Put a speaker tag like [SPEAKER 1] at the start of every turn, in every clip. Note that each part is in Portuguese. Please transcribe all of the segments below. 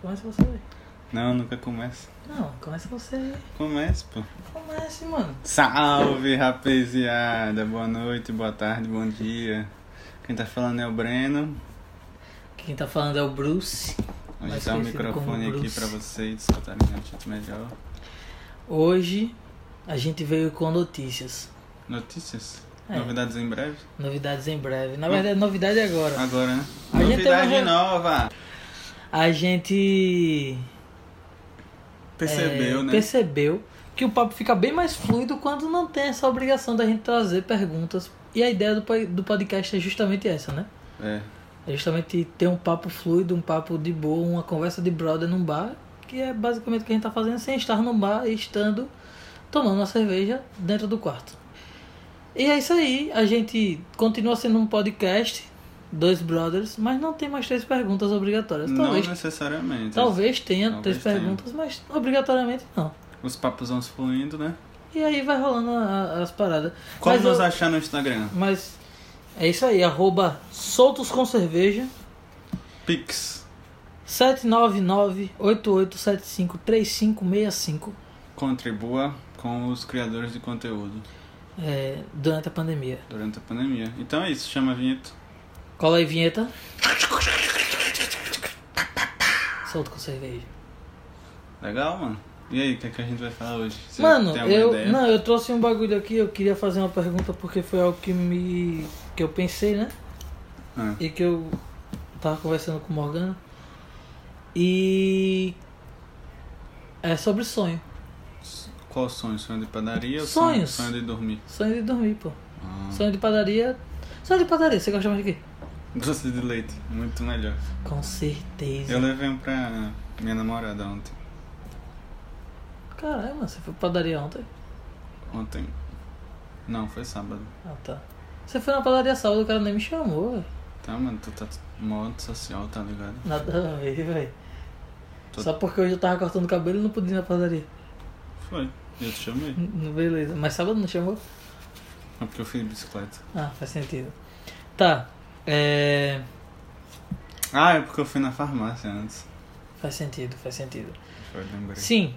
[SPEAKER 1] Começa você.
[SPEAKER 2] Não, nunca começa.
[SPEAKER 1] Não, começa você.
[SPEAKER 2] Começa, pô.
[SPEAKER 1] Comece, mano.
[SPEAKER 2] Salve, rapaziada. Boa noite, boa tarde, bom dia. Quem tá falando é o Breno.
[SPEAKER 1] Quem tá falando é o Bruce.
[SPEAKER 2] Hoje
[SPEAKER 1] Mais
[SPEAKER 2] tá o
[SPEAKER 1] conhecido como
[SPEAKER 2] microfone aqui
[SPEAKER 1] Bruce.
[SPEAKER 2] pra vocês escutarem a gente melhor.
[SPEAKER 1] Hoje a gente veio com notícias.
[SPEAKER 2] Notícias?
[SPEAKER 1] É.
[SPEAKER 2] Novidades em breve?
[SPEAKER 1] Novidades em breve. Na verdade, novidade é agora.
[SPEAKER 2] Agora, né?
[SPEAKER 1] A gente
[SPEAKER 2] Novidade
[SPEAKER 1] teve uma-
[SPEAKER 2] nova!
[SPEAKER 1] A gente
[SPEAKER 2] Percebeu,
[SPEAKER 1] é,
[SPEAKER 2] né?
[SPEAKER 1] percebeu que o papo fica bem mais fluido quando não tem essa obrigação da gente trazer perguntas. E a ideia do, po- do podcast é justamente essa, né?
[SPEAKER 2] É.
[SPEAKER 1] É justamente ter um papo fluido, um papo de boa, uma conversa de brother num bar, que é basicamente o que a gente tá fazendo sem estar num bar e estando tomando uma cerveja dentro do quarto. E é isso aí, a gente continua sendo um podcast, dois brothers, mas não tem mais três perguntas obrigatórias.
[SPEAKER 2] Não
[SPEAKER 1] Talvez,
[SPEAKER 2] necessariamente.
[SPEAKER 1] talvez tenha
[SPEAKER 2] Talvez
[SPEAKER 1] três
[SPEAKER 2] tenha.
[SPEAKER 1] perguntas, mas obrigatoriamente não.
[SPEAKER 2] Os papos vão se fluindo, né?
[SPEAKER 1] E aí vai rolando a- a- as paradas.
[SPEAKER 2] Como
[SPEAKER 1] mas,
[SPEAKER 2] nos
[SPEAKER 1] eu-
[SPEAKER 2] achar no Instagram?
[SPEAKER 1] mas é isso aí, arroba soltos com cerveja.
[SPEAKER 2] Pix.
[SPEAKER 1] 799-8875-3565
[SPEAKER 2] Contribua com os criadores de conteúdo
[SPEAKER 1] é, durante a pandemia.
[SPEAKER 2] durante a pandemia. Então é isso, chama a vinheta.
[SPEAKER 1] Cola aí, vinheta. Solta com cerveja.
[SPEAKER 2] Legal, mano. E aí, o que, é que a gente vai falar hoje? Você
[SPEAKER 1] Mano,
[SPEAKER 2] tem alguma
[SPEAKER 1] eu,
[SPEAKER 2] ideia?
[SPEAKER 1] não, eu trouxe um bagulho aqui, eu queria fazer uma pergunta porque foi algo que me. que eu pensei, né?
[SPEAKER 2] Ah,
[SPEAKER 1] E que eu tava conversando com o Morgana. E. É sobre sonho.
[SPEAKER 2] Qual sonho? Sonho de padaria ou
[SPEAKER 1] Sonhos.
[SPEAKER 2] sonho, sonho de dormir?
[SPEAKER 1] Sonho de dormir, pô.
[SPEAKER 2] Ah.
[SPEAKER 1] Sonho de padaria. Sonho de padaria, você gosta mais de quê?
[SPEAKER 2] Doce de leite, muito melhor.
[SPEAKER 1] Com certeza.
[SPEAKER 2] Eu levei um pra minha namorada ontem.
[SPEAKER 1] Caralho, mano, você foi pra padaria ontem?
[SPEAKER 2] Ontem. Não, foi sábado.
[SPEAKER 1] Ah, tá. Você foi na padaria sábado, o cara nem me chamou, velho.
[SPEAKER 2] Tá, mano, tu tá mó antissocial, tá ligado?
[SPEAKER 1] Nada a ver, velho.
[SPEAKER 2] Tô-
[SPEAKER 1] Só porque hoje eu tava cortando cabelo e não podia ir na padaria.
[SPEAKER 2] Foi. Eu te chamei.
[SPEAKER 1] N- Beleza, mas sábado não chamou?
[SPEAKER 2] É porque eu fiz bicicleta.
[SPEAKER 1] Ah, faz sentido. Tá, é.
[SPEAKER 2] Ah, é porque eu fui na farmácia antes.
[SPEAKER 1] Faz sentido, faz sentido.
[SPEAKER 2] Foi, lembrei.
[SPEAKER 1] Sim,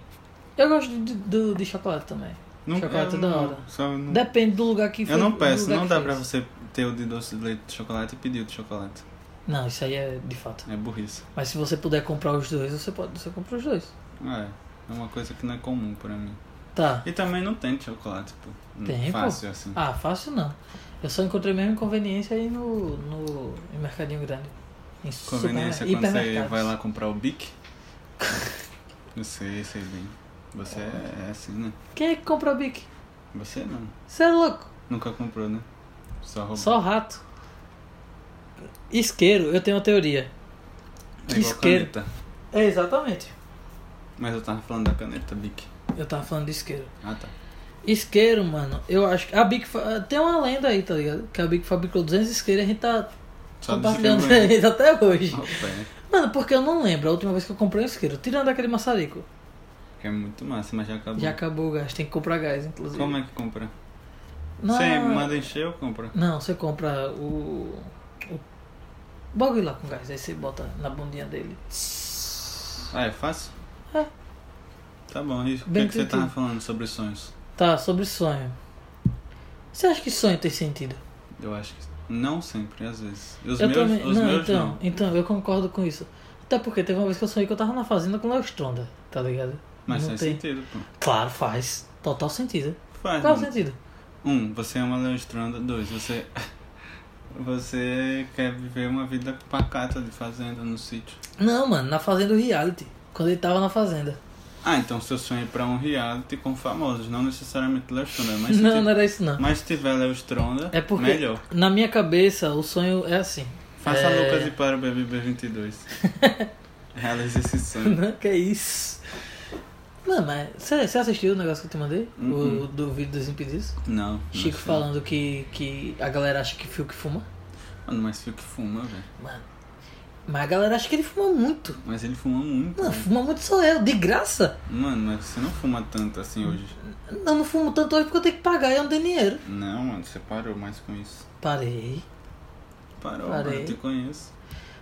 [SPEAKER 1] eu gosto de, do- de chocolate também.
[SPEAKER 2] Não,
[SPEAKER 1] Chocolate
[SPEAKER 2] eu
[SPEAKER 1] da
[SPEAKER 2] não-
[SPEAKER 1] hora.
[SPEAKER 2] Só não...
[SPEAKER 1] Depende do lugar que
[SPEAKER 2] Hum. Eu
[SPEAKER 1] foi-
[SPEAKER 2] não
[SPEAKER 1] do
[SPEAKER 2] peço,
[SPEAKER 1] lugar
[SPEAKER 2] não
[SPEAKER 1] que
[SPEAKER 2] dá
[SPEAKER 1] fez.
[SPEAKER 2] pra você ter o de doce de leite de chocolate e pedir o de chocolate.
[SPEAKER 1] Não, isso aí é de fato.
[SPEAKER 2] É burrice.
[SPEAKER 1] Mas se você puder comprar os dois, você pode, você compra os dois.
[SPEAKER 2] Ah, é. É uma coisa que não é comum pra mim.
[SPEAKER 1] Tá.
[SPEAKER 2] E também não tem de chocolate, pô. Não
[SPEAKER 1] Tem, pô.
[SPEAKER 2] Fácil, assim.
[SPEAKER 1] Ah, fácil não. Eu só encontrei mesmo inconveniência aí no, no em mercadinho grande. Em
[SPEAKER 2] Conveniência
[SPEAKER 1] supermer-
[SPEAKER 2] quando você
[SPEAKER 1] hipermercados.
[SPEAKER 2] vai lá comprar o bic. Não sei, sei bem. Você é, é assim, né?
[SPEAKER 1] Quem é que compra bique?
[SPEAKER 2] Você não.
[SPEAKER 1] Você é louco?
[SPEAKER 2] Nunca comprou, né? Só roubou.
[SPEAKER 1] Só rato. Isqueiro, eu tenho uma teoria.
[SPEAKER 2] é igual
[SPEAKER 1] isqueiro.
[SPEAKER 2] caneta.
[SPEAKER 1] É exatamente.
[SPEAKER 2] Mas eu tava falando da caneta bic.
[SPEAKER 1] Eu tava falando de isqueiro.
[SPEAKER 2] Ah, tá.
[SPEAKER 1] Isqueiro, mano, eu acho que a Bic fa- tem uma lenda aí, tá ligado? Que a Bic fabricou 200 isqueiros e a gente tá
[SPEAKER 2] Só
[SPEAKER 1] compartilhando
[SPEAKER 2] descrevendo.
[SPEAKER 1] eles até hoje.
[SPEAKER 2] Ó, pé,
[SPEAKER 1] Mano, porque eu não lembro a última vez que eu comprei um isqueiro, tirando aquele maçarico.
[SPEAKER 2] que é muito massa, mas já acabou.
[SPEAKER 1] Já acabou o gás, tem que comprar gás, inclusive.
[SPEAKER 2] Como é que compra?
[SPEAKER 1] Na-
[SPEAKER 2] Você manda encher ou compra?
[SPEAKER 1] Não, você compra o. o bagulho lá com gás, aí você bota na bundinha dele.
[SPEAKER 2] Ah, é fácil?
[SPEAKER 1] É.
[SPEAKER 2] Tá bom, e o que,
[SPEAKER 1] Bem
[SPEAKER 2] é que você
[SPEAKER 1] intuitivo.
[SPEAKER 2] tava falando sobre sonhos?
[SPEAKER 1] Tá, sobre sonho. Você acha que sonho tem sentido?
[SPEAKER 2] Eu acho que não sempre, às vezes. Os
[SPEAKER 1] eu
[SPEAKER 2] meus,
[SPEAKER 1] também.
[SPEAKER 2] os
[SPEAKER 1] não,
[SPEAKER 2] meus
[SPEAKER 1] então,
[SPEAKER 2] não.
[SPEAKER 1] então, eu concordo com isso. Até porque teve uma vez que eu sonhei que eu tava na fazenda com o Léo Stronda, tá ligado?
[SPEAKER 2] Mas
[SPEAKER 1] não
[SPEAKER 2] faz
[SPEAKER 1] tem.
[SPEAKER 2] sentido, pô.
[SPEAKER 1] Claro, faz. Total sentido.
[SPEAKER 2] Faz.
[SPEAKER 1] Qual é o
[SPEAKER 2] mano.
[SPEAKER 1] sentido?
[SPEAKER 2] Um, você é uma leostranda. Dois, você. Você quer viver uma vida pacata de fazenda no sítio.
[SPEAKER 1] Não, mano, na fazenda do reality. Quando ele tava na fazenda.
[SPEAKER 2] Ah, então seu sonho é pra um reality com famosos, não necessariamente leostranda, mas. se
[SPEAKER 1] não,
[SPEAKER 2] ti-
[SPEAKER 1] não era isso não.
[SPEAKER 2] Mas se tiver leostranda,
[SPEAKER 1] É porque
[SPEAKER 2] melhor.
[SPEAKER 1] na minha cabeça o sonho é assim.
[SPEAKER 2] Faça
[SPEAKER 1] É.
[SPEAKER 2] Lucas e para o BBB 22. Realize esse sonho.
[SPEAKER 1] Não, Né? que isso. Não, mas você você assistiu o negócio que eu te mandei?
[SPEAKER 2] Uhum.
[SPEAKER 1] O do vídeo dos impedidos?
[SPEAKER 2] Não. não
[SPEAKER 1] Chico
[SPEAKER 2] sei.
[SPEAKER 1] falando que, que a galera acha que Fiuk fuma.
[SPEAKER 2] Mano, mas Fiuk fuma, velho.
[SPEAKER 1] Mano. Mas a galera acha que ele fuma muito.
[SPEAKER 2] Mas ele fuma muito.
[SPEAKER 1] Mano,
[SPEAKER 2] velho.
[SPEAKER 1] fuma muito sou eu, de graça.
[SPEAKER 2] Mano, mas você não fuma tanto assim hoje.
[SPEAKER 1] Eu não fumo tanto hoje porque eu tenho que pagar e eu não tenho dinheiro.
[SPEAKER 2] Não, mano, você parou mais com isso.
[SPEAKER 1] Parei.
[SPEAKER 2] Parou,
[SPEAKER 1] Parei.
[SPEAKER 2] mano, eu te conheço.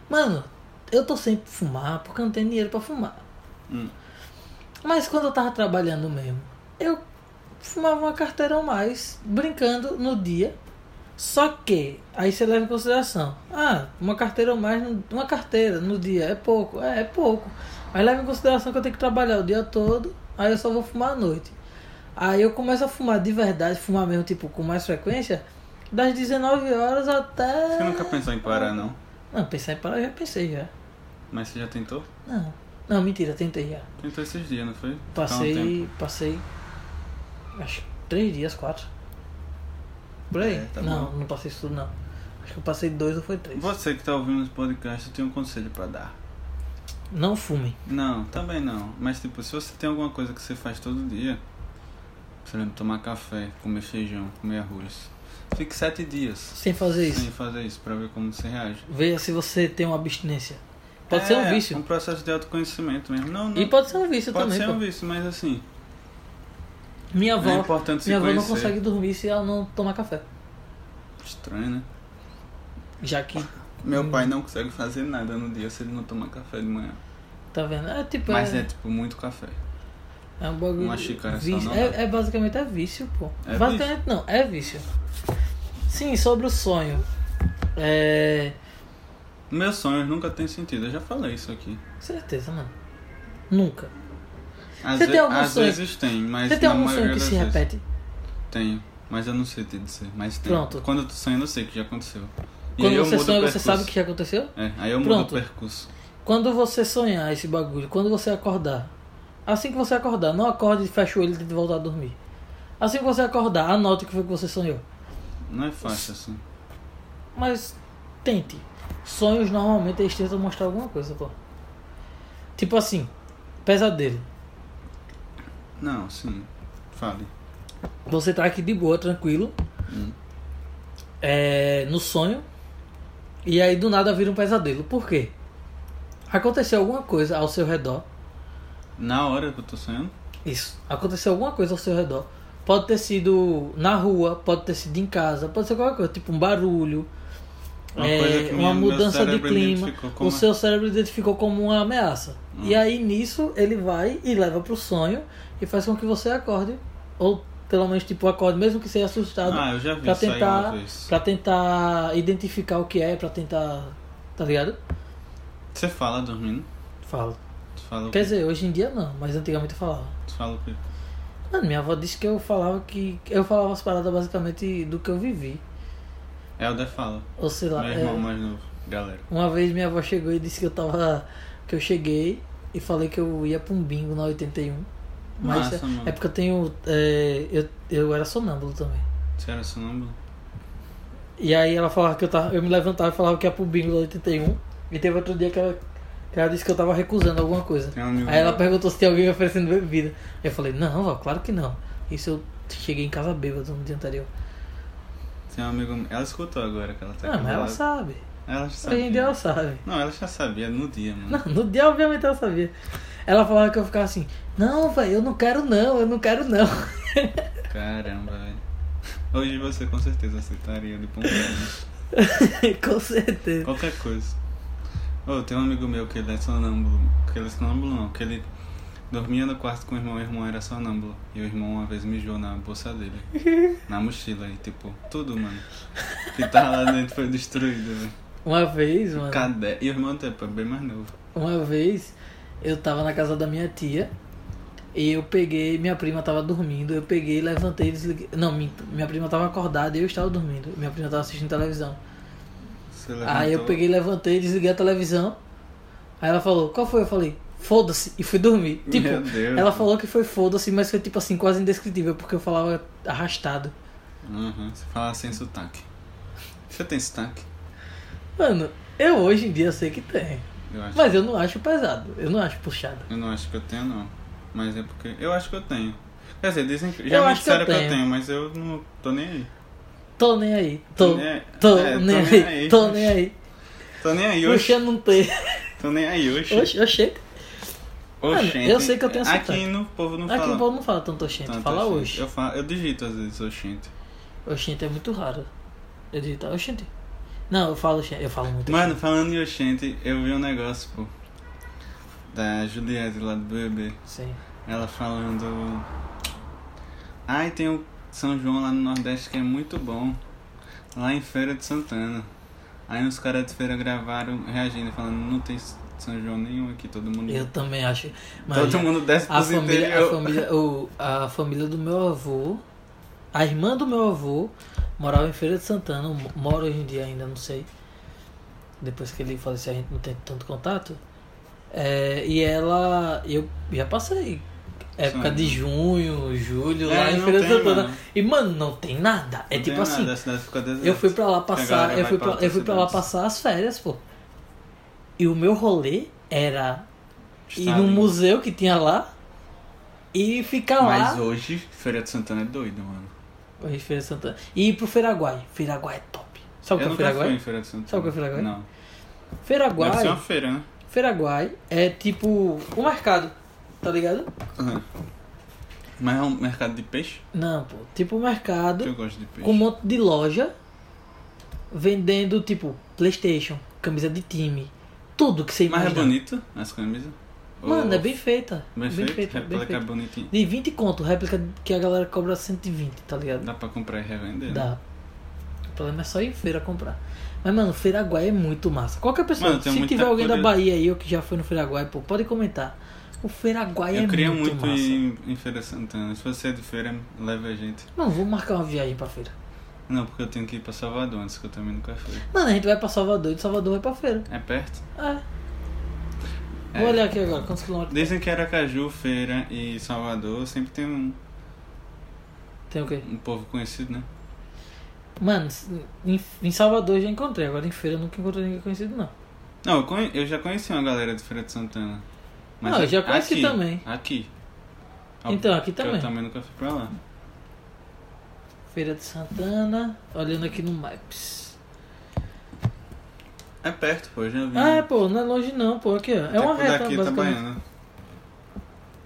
[SPEAKER 1] Mano, Eu tô sempre fumar porque eu não tenho dinheiro pra fumar.
[SPEAKER 2] Hum.
[SPEAKER 1] Mas quando eu tava trabalhando mesmo, eu fumava uma carteira ou mais, brincando no dia. Só que, aí você leva em consideração, ah, uma carteira ou mais, no- uma carteira no dia é pouco, é, é pouco. Mas leva em consideração que eu tenho que trabalhar o dia todo, aí eu só vou fumar à noite. Aí eu começo a fumar de verdade, fumar mesmo, tipo, com mais frequência, das 19 horas até...
[SPEAKER 2] Você nunca pensou em parar, não?
[SPEAKER 1] Não, pensar em parar eu já pensei já.
[SPEAKER 2] Mas você já tentou?
[SPEAKER 1] Não, não, mentira, tentei já.
[SPEAKER 2] Tentou esses dias, não foi? Ficar um tempo.
[SPEAKER 1] Passei. passei. Acho que três dias, quatro. Por aí?
[SPEAKER 2] É, tá
[SPEAKER 1] não,
[SPEAKER 2] bom.
[SPEAKER 1] não passei isso tudo não. Acho que eu passei dois ou foi três.
[SPEAKER 2] Você que tá ouvindo esse podcast, eu tenho um conselho pra dar.
[SPEAKER 1] Não fume.
[SPEAKER 2] Não, também não. Mas tipo, se você tem alguma coisa que você faz todo dia, por exemplo, tomar café, comer feijão, comer arroz, fique sete dias
[SPEAKER 1] Sem fazer isso.
[SPEAKER 2] sem fazer isso pra ver como você reage.
[SPEAKER 1] Veja se você tem uma abstinência. Pode ser um
[SPEAKER 2] É,
[SPEAKER 1] vício.
[SPEAKER 2] Um processo de autoconhecimento mesmo. Não, não.
[SPEAKER 1] E pode ser um vício
[SPEAKER 2] pode
[SPEAKER 1] também.
[SPEAKER 2] ser
[SPEAKER 1] pô.
[SPEAKER 2] um vício, mas assim,
[SPEAKER 1] Minha
[SPEAKER 2] é
[SPEAKER 1] avó.
[SPEAKER 2] importante se
[SPEAKER 1] minha avó
[SPEAKER 2] conhecer.
[SPEAKER 1] não consegue dormir se ela não tomar café.
[SPEAKER 2] Estranho, né?
[SPEAKER 1] Já que.
[SPEAKER 2] Meu
[SPEAKER 1] Hum.
[SPEAKER 2] pai não consegue fazer nada no dia se ele não tomar café de manhã.
[SPEAKER 1] Tá vendo? É tipo.
[SPEAKER 2] Mas é
[SPEAKER 1] é,
[SPEAKER 2] tipo muito café.
[SPEAKER 1] é um bagulho.
[SPEAKER 2] uma xícara só
[SPEAKER 1] vício.
[SPEAKER 2] não dá.
[SPEAKER 1] é, é basicamente é vício, pô.
[SPEAKER 2] É
[SPEAKER 1] basicamente não, é vício. Sim, sobre o sonho. É.
[SPEAKER 2] Meus sonhos nunca têm sentido, eu já falei isso aqui.
[SPEAKER 1] Certeza, não. Nunca.
[SPEAKER 2] Às,
[SPEAKER 1] Você tem algum
[SPEAKER 2] às
[SPEAKER 1] sonho-
[SPEAKER 2] vezes tem, mas
[SPEAKER 1] Você tem
[SPEAKER 2] na
[SPEAKER 1] algum
[SPEAKER 2] maioria
[SPEAKER 1] sonho que
[SPEAKER 2] das
[SPEAKER 1] se
[SPEAKER 2] vezes.
[SPEAKER 1] repete?
[SPEAKER 2] Tenho, mas eu não sei te dizer, mas tem.
[SPEAKER 1] Pronto.
[SPEAKER 2] Quando eu tô sonhando, eu sei que já aconteceu. E aí
[SPEAKER 1] Quando
[SPEAKER 2] eu
[SPEAKER 1] você
[SPEAKER 2] mudo o
[SPEAKER 1] sonha, você
[SPEAKER 2] percurso.
[SPEAKER 1] sabe o que já aconteceu?
[SPEAKER 2] É, aí eu
[SPEAKER 1] Pronto.
[SPEAKER 2] mudo o percurso.
[SPEAKER 1] Quando você sonhar esse bagulho, quando você acordar, assim que você acordar, não acorde e fecha o olho e tente voltar a dormir. Assim que você acordar, anote o que foi que você sonhou.
[SPEAKER 2] Não é fácil assim.
[SPEAKER 1] Mas tente. Sonhos normalmente eles tentam mostrar alguma coisa, pô. Tipo assim, pesadelo.
[SPEAKER 2] Não, sim. Fale.
[SPEAKER 1] Você tá aqui de boa, tranquilo,
[SPEAKER 2] Hum.
[SPEAKER 1] é, no sonho e aí do nada vira um pesadelo. Por quê? Aconteceu alguma coisa ao seu redor.
[SPEAKER 2] Na hora que eu tô sonhando,
[SPEAKER 1] Isso. Aconteceu alguma coisa ao seu redor. Pode ter sido na rua, pode ter sido em casa, pode ser qualquer coisa, tipo um barulho,
[SPEAKER 2] uma
[SPEAKER 1] é,
[SPEAKER 2] coisa que
[SPEAKER 1] uma
[SPEAKER 2] minha- meu
[SPEAKER 1] mudança de
[SPEAKER 2] cérebro
[SPEAKER 1] clima.
[SPEAKER 2] identificou como Hum.
[SPEAKER 1] O seu cérebro identificou como uma ameaça. E aí nisso ele vai e leva pro sonho e faz com que você acorde. Ou pelo menos tipo acorde, mesmo que seja assustado.
[SPEAKER 2] Ah, eu já vi
[SPEAKER 1] Pra
[SPEAKER 2] isso aí
[SPEAKER 1] tentar,
[SPEAKER 2] uma vez.
[SPEAKER 1] pra tentar identificar o que é, pra tentar. Tá ligado?
[SPEAKER 2] Você fala dormindo?
[SPEAKER 1] Falo.
[SPEAKER 2] Tu fala o
[SPEAKER 1] Quer
[SPEAKER 2] quê?
[SPEAKER 1] dizer, hoje em dia não, mas antigamente eu falava.
[SPEAKER 2] Tu fala o quê?
[SPEAKER 1] Mano, minha avó disse que eu falava que. Eu falava as paradas basicamente do que eu vivi.
[SPEAKER 2] Helder É, fala.
[SPEAKER 1] Ou sei
[SPEAKER 2] Meu
[SPEAKER 1] lá. é,
[SPEAKER 2] irmão mais novo. Galera.
[SPEAKER 1] uma vez minha avó chegou e disse que eu tava. que eu cheguei e falei que eu ia pra um bingo na 81. Mas
[SPEAKER 2] Massa,
[SPEAKER 1] é,
[SPEAKER 2] mano.
[SPEAKER 1] é porque eu tenho. é, eu, eu era sonâmbulo também.
[SPEAKER 2] Você era sonâmbulo?
[SPEAKER 1] E aí ela falava que eu tava. Eu me levantava e falava que ia pro bingo da 81. E teve outro dia que ela, que ela disse que eu tava recusando alguma coisa.
[SPEAKER 2] Tem um amigo
[SPEAKER 1] Aí ela
[SPEAKER 2] meu-
[SPEAKER 1] perguntou se tem alguém me oferecendo bebida. Eu falei, não, vó, claro que não. Isso eu cheguei em casa bêbado no dia anterior.
[SPEAKER 2] Tem um amigo meu- Ela escutou agora que ela tá
[SPEAKER 1] Ah,
[SPEAKER 2] aqui
[SPEAKER 1] mas
[SPEAKER 2] do
[SPEAKER 1] ela
[SPEAKER 2] lado.
[SPEAKER 1] sabe.
[SPEAKER 2] Ela
[SPEAKER 1] Hoje
[SPEAKER 2] já
[SPEAKER 1] em dia
[SPEAKER 2] sabia.
[SPEAKER 1] ela sabe.
[SPEAKER 2] Não, ela já sabia no dia, mano.
[SPEAKER 1] Não, no dia obviamente ela sabia. Ela falava que eu ficava assim, não, velho, eu não quero não, eu não quero não.
[SPEAKER 2] Caramba, velho. Hoje você com certeza aceitaria de pompom.
[SPEAKER 1] Com certeza.
[SPEAKER 2] Qualquer coisa. Ô, tem um amigo meu que ele é sonâmbulo. Que ele é sonâmbulo não, que ele dormia no quarto com o irmão e o irmão era sonâmbulo. E o irmão uma vez mijou na bolsa dele. na mochila e tipo, tudo, mano. Que tava lá dentro foi destruído, velho.
[SPEAKER 1] Uma vez, mano.
[SPEAKER 2] Cadê? E o irmão até pô, bem mais novo.
[SPEAKER 1] Uma vez eu tava na casa da minha tia e eu peguei, minha prima tava dormindo, eu peguei, levantei, desliguei. Não, minha, minha prima tava acordada e eu estava dormindo. Minha prima tava assistindo televisão.
[SPEAKER 2] Você
[SPEAKER 1] Aí Ah, eu
[SPEAKER 2] levantou.
[SPEAKER 1] peguei, levantei, desliguei a televisão. Aí ela falou, qual foi? Eu falei, foda-se, e fui dormir.
[SPEAKER 2] Meu
[SPEAKER 1] Tipo,
[SPEAKER 2] Deus.
[SPEAKER 1] ela falou que foi foda-se, mas foi tipo assim, quase indescritível, porque eu falava arrastado.
[SPEAKER 2] Aham, Uhum, você fala sem sotaque. Você tem sotaque?
[SPEAKER 1] Mano, eu hoje em dia sei que tem.
[SPEAKER 2] Eu acho.
[SPEAKER 1] Mas eu não acho pesado, eu não acho puxado.
[SPEAKER 2] Eu não acho que eu tenho, não. Mas é porque. Eu acho que eu tenho. Quer dizer, dizem que.
[SPEAKER 1] Eu
[SPEAKER 2] Já me
[SPEAKER 1] acho que eu
[SPEAKER 2] disseram que eu
[SPEAKER 1] tenho.
[SPEAKER 2] tenho, mas eu não tô nem aí.
[SPEAKER 1] Tô nem aí, tô,
[SPEAKER 2] nem aí.
[SPEAKER 1] tô,
[SPEAKER 2] É, tô
[SPEAKER 1] nem,
[SPEAKER 2] nem
[SPEAKER 1] aí,
[SPEAKER 2] aí.
[SPEAKER 1] tô nem aí.
[SPEAKER 2] Tô nem aí hoje.
[SPEAKER 1] Puxando um T.
[SPEAKER 2] Tô nem aí hoje.
[SPEAKER 1] Oxe, oxente.
[SPEAKER 2] Oxente.
[SPEAKER 1] eu sei que eu tenho sotaque.
[SPEAKER 2] Aqui no povo não
[SPEAKER 1] Aqui
[SPEAKER 2] fala.
[SPEAKER 1] o povo não Ah, fala tanto oxente,
[SPEAKER 2] tanto
[SPEAKER 1] fala
[SPEAKER 2] oxente.
[SPEAKER 1] oxe.
[SPEAKER 2] Eu, falo, eu digito às vezes oxente.
[SPEAKER 1] Oxente é muito raro. Eu digo, tá, oxente. Não, eu falo, eu falo muito.
[SPEAKER 2] Mano, falando em Oxente, eu vi um negócio, pô. Da Juliette lá do BBB.
[SPEAKER 1] Sim.
[SPEAKER 2] Ela falando. Ai, tem o São João lá no Nordeste que é muito bom. Lá em Feira de Santana. Aí os caras de feira gravaram reagindo, falando, não tem São João nenhum aqui, todo mundo.
[SPEAKER 1] Eu também acho. Mas
[SPEAKER 2] Todo mundo desce
[SPEAKER 1] a
[SPEAKER 2] pros
[SPEAKER 1] família, é a
[SPEAKER 2] interior.
[SPEAKER 1] família, o, a família do meu avô, a irmã do meu avô, morava em Feira de Santana, mo- mora hoje em dia ainda, não sei. Depois que ele faleceu, a gente não tem tanto contato. É, e ela, eu já passei época
[SPEAKER 2] Sim.
[SPEAKER 1] de junho, julho,
[SPEAKER 2] É,
[SPEAKER 1] lá em
[SPEAKER 2] não
[SPEAKER 1] Feira de
[SPEAKER 2] tem,
[SPEAKER 1] Santana.
[SPEAKER 2] mano.
[SPEAKER 1] E mano, não tem nada. É
[SPEAKER 2] Não
[SPEAKER 1] tipo
[SPEAKER 2] tem
[SPEAKER 1] assim,
[SPEAKER 2] nada, a cidade fica deserta.
[SPEAKER 1] eu fui pra lá
[SPEAKER 2] a galera
[SPEAKER 1] passar, eu
[SPEAKER 2] vai
[SPEAKER 1] fui
[SPEAKER 2] pra
[SPEAKER 1] pra, eu
[SPEAKER 2] outras
[SPEAKER 1] fui pra lá
[SPEAKER 2] cidades.
[SPEAKER 1] passar as férias, pô. E o meu rolê era ir
[SPEAKER 2] Está
[SPEAKER 1] no
[SPEAKER 2] lindo.
[SPEAKER 1] museu que tinha lá e ficar
[SPEAKER 2] Tá, Mas
[SPEAKER 1] lá.
[SPEAKER 2] hoje, Feira de Santana é doido, mano.
[SPEAKER 1] Hoje, Feira de Santana. E ir pro Feiraguai. Feiraguai é top. Sabe o
[SPEAKER 2] eu
[SPEAKER 1] que é
[SPEAKER 2] nunca fui
[SPEAKER 1] Feiraguai?
[SPEAKER 2] em Feira de Santana.
[SPEAKER 1] Sabe o que é Feira Guai?
[SPEAKER 2] Não. Deve ser uma
[SPEAKER 1] Feiraguai,
[SPEAKER 2] feira, né?
[SPEAKER 1] Feiraguai é tipo o mercado, tá ligado?
[SPEAKER 2] Uhum. Mas é um mercado de peixe?
[SPEAKER 1] Não, pô. Tipo o
[SPEAKER 2] Que
[SPEAKER 1] mercado
[SPEAKER 2] eu gosto de peixe.
[SPEAKER 1] com um monte de loja vendendo tipo Playstation, camisa de time, tudo que você
[SPEAKER 2] Mas
[SPEAKER 1] imagina.
[SPEAKER 2] é bonito as camisas?
[SPEAKER 1] Mano,
[SPEAKER 2] Ou-
[SPEAKER 1] é bem feita.
[SPEAKER 2] Bem, feito? É
[SPEAKER 1] feita, bem
[SPEAKER 2] Réplica
[SPEAKER 1] feita.
[SPEAKER 2] bonitinha.
[SPEAKER 1] De 20 conto, réplica que a galera cobra 120, tá ligado?
[SPEAKER 2] Dá pra comprar e revender? né?
[SPEAKER 1] Dá. O problema é só ir em feira comprar. Mas, mano, Feiraguai é muito massa. Qualquer pessoa,
[SPEAKER 2] Mano, tem
[SPEAKER 1] se
[SPEAKER 2] muita
[SPEAKER 1] tiver alguém da
[SPEAKER 2] coisa-
[SPEAKER 1] Bahia aí ou que já foi no Feiraguai, pô, pode comentar. O Feiraguai
[SPEAKER 2] Eu
[SPEAKER 1] é
[SPEAKER 2] queria
[SPEAKER 1] muito,
[SPEAKER 2] muito,
[SPEAKER 1] massa.
[SPEAKER 2] ir em Feira de Santana. Se você é de feira, leve a gente.
[SPEAKER 1] Mano, vou marcar uma viagem pra feira.
[SPEAKER 2] Não, porque eu tenho que ir pra Salvador antes, que eu também nunca fui.
[SPEAKER 1] Mano, a gente vai pra Salvador e de Salvador vai pra feira.
[SPEAKER 2] É perto?
[SPEAKER 1] É.
[SPEAKER 2] É.
[SPEAKER 1] Vou olhar aqui agora, quantos quilômetros
[SPEAKER 2] Dizem que Aracaju, Feira e Salvador sempre tem um,
[SPEAKER 1] tem o quê?
[SPEAKER 2] um povo conhecido, né?
[SPEAKER 1] Mano, em, em Salvador eu já encontrei, agora em feira eu nunca encontrei ninguém conhecido, não.
[SPEAKER 2] Não, eu, conhe- eu já conheci uma galera de Feira de Santana.
[SPEAKER 1] Não, eu já
[SPEAKER 2] aqui-
[SPEAKER 1] conheci
[SPEAKER 2] aqui,
[SPEAKER 1] também.
[SPEAKER 2] Aqui.
[SPEAKER 1] Então, aqui
[SPEAKER 2] Porque
[SPEAKER 1] também.
[SPEAKER 2] Eu também nunca fui pra lá.
[SPEAKER 1] Feira de Santana, olhando aqui no Maps.
[SPEAKER 2] É perto, pô, eu já vi.
[SPEAKER 1] Ah, pô, não é longe não, pô, aqui, ó. É
[SPEAKER 2] Até
[SPEAKER 1] uma
[SPEAKER 2] por
[SPEAKER 1] reta,
[SPEAKER 2] daqui tá
[SPEAKER 1] basicamente.
[SPEAKER 2] Baiana.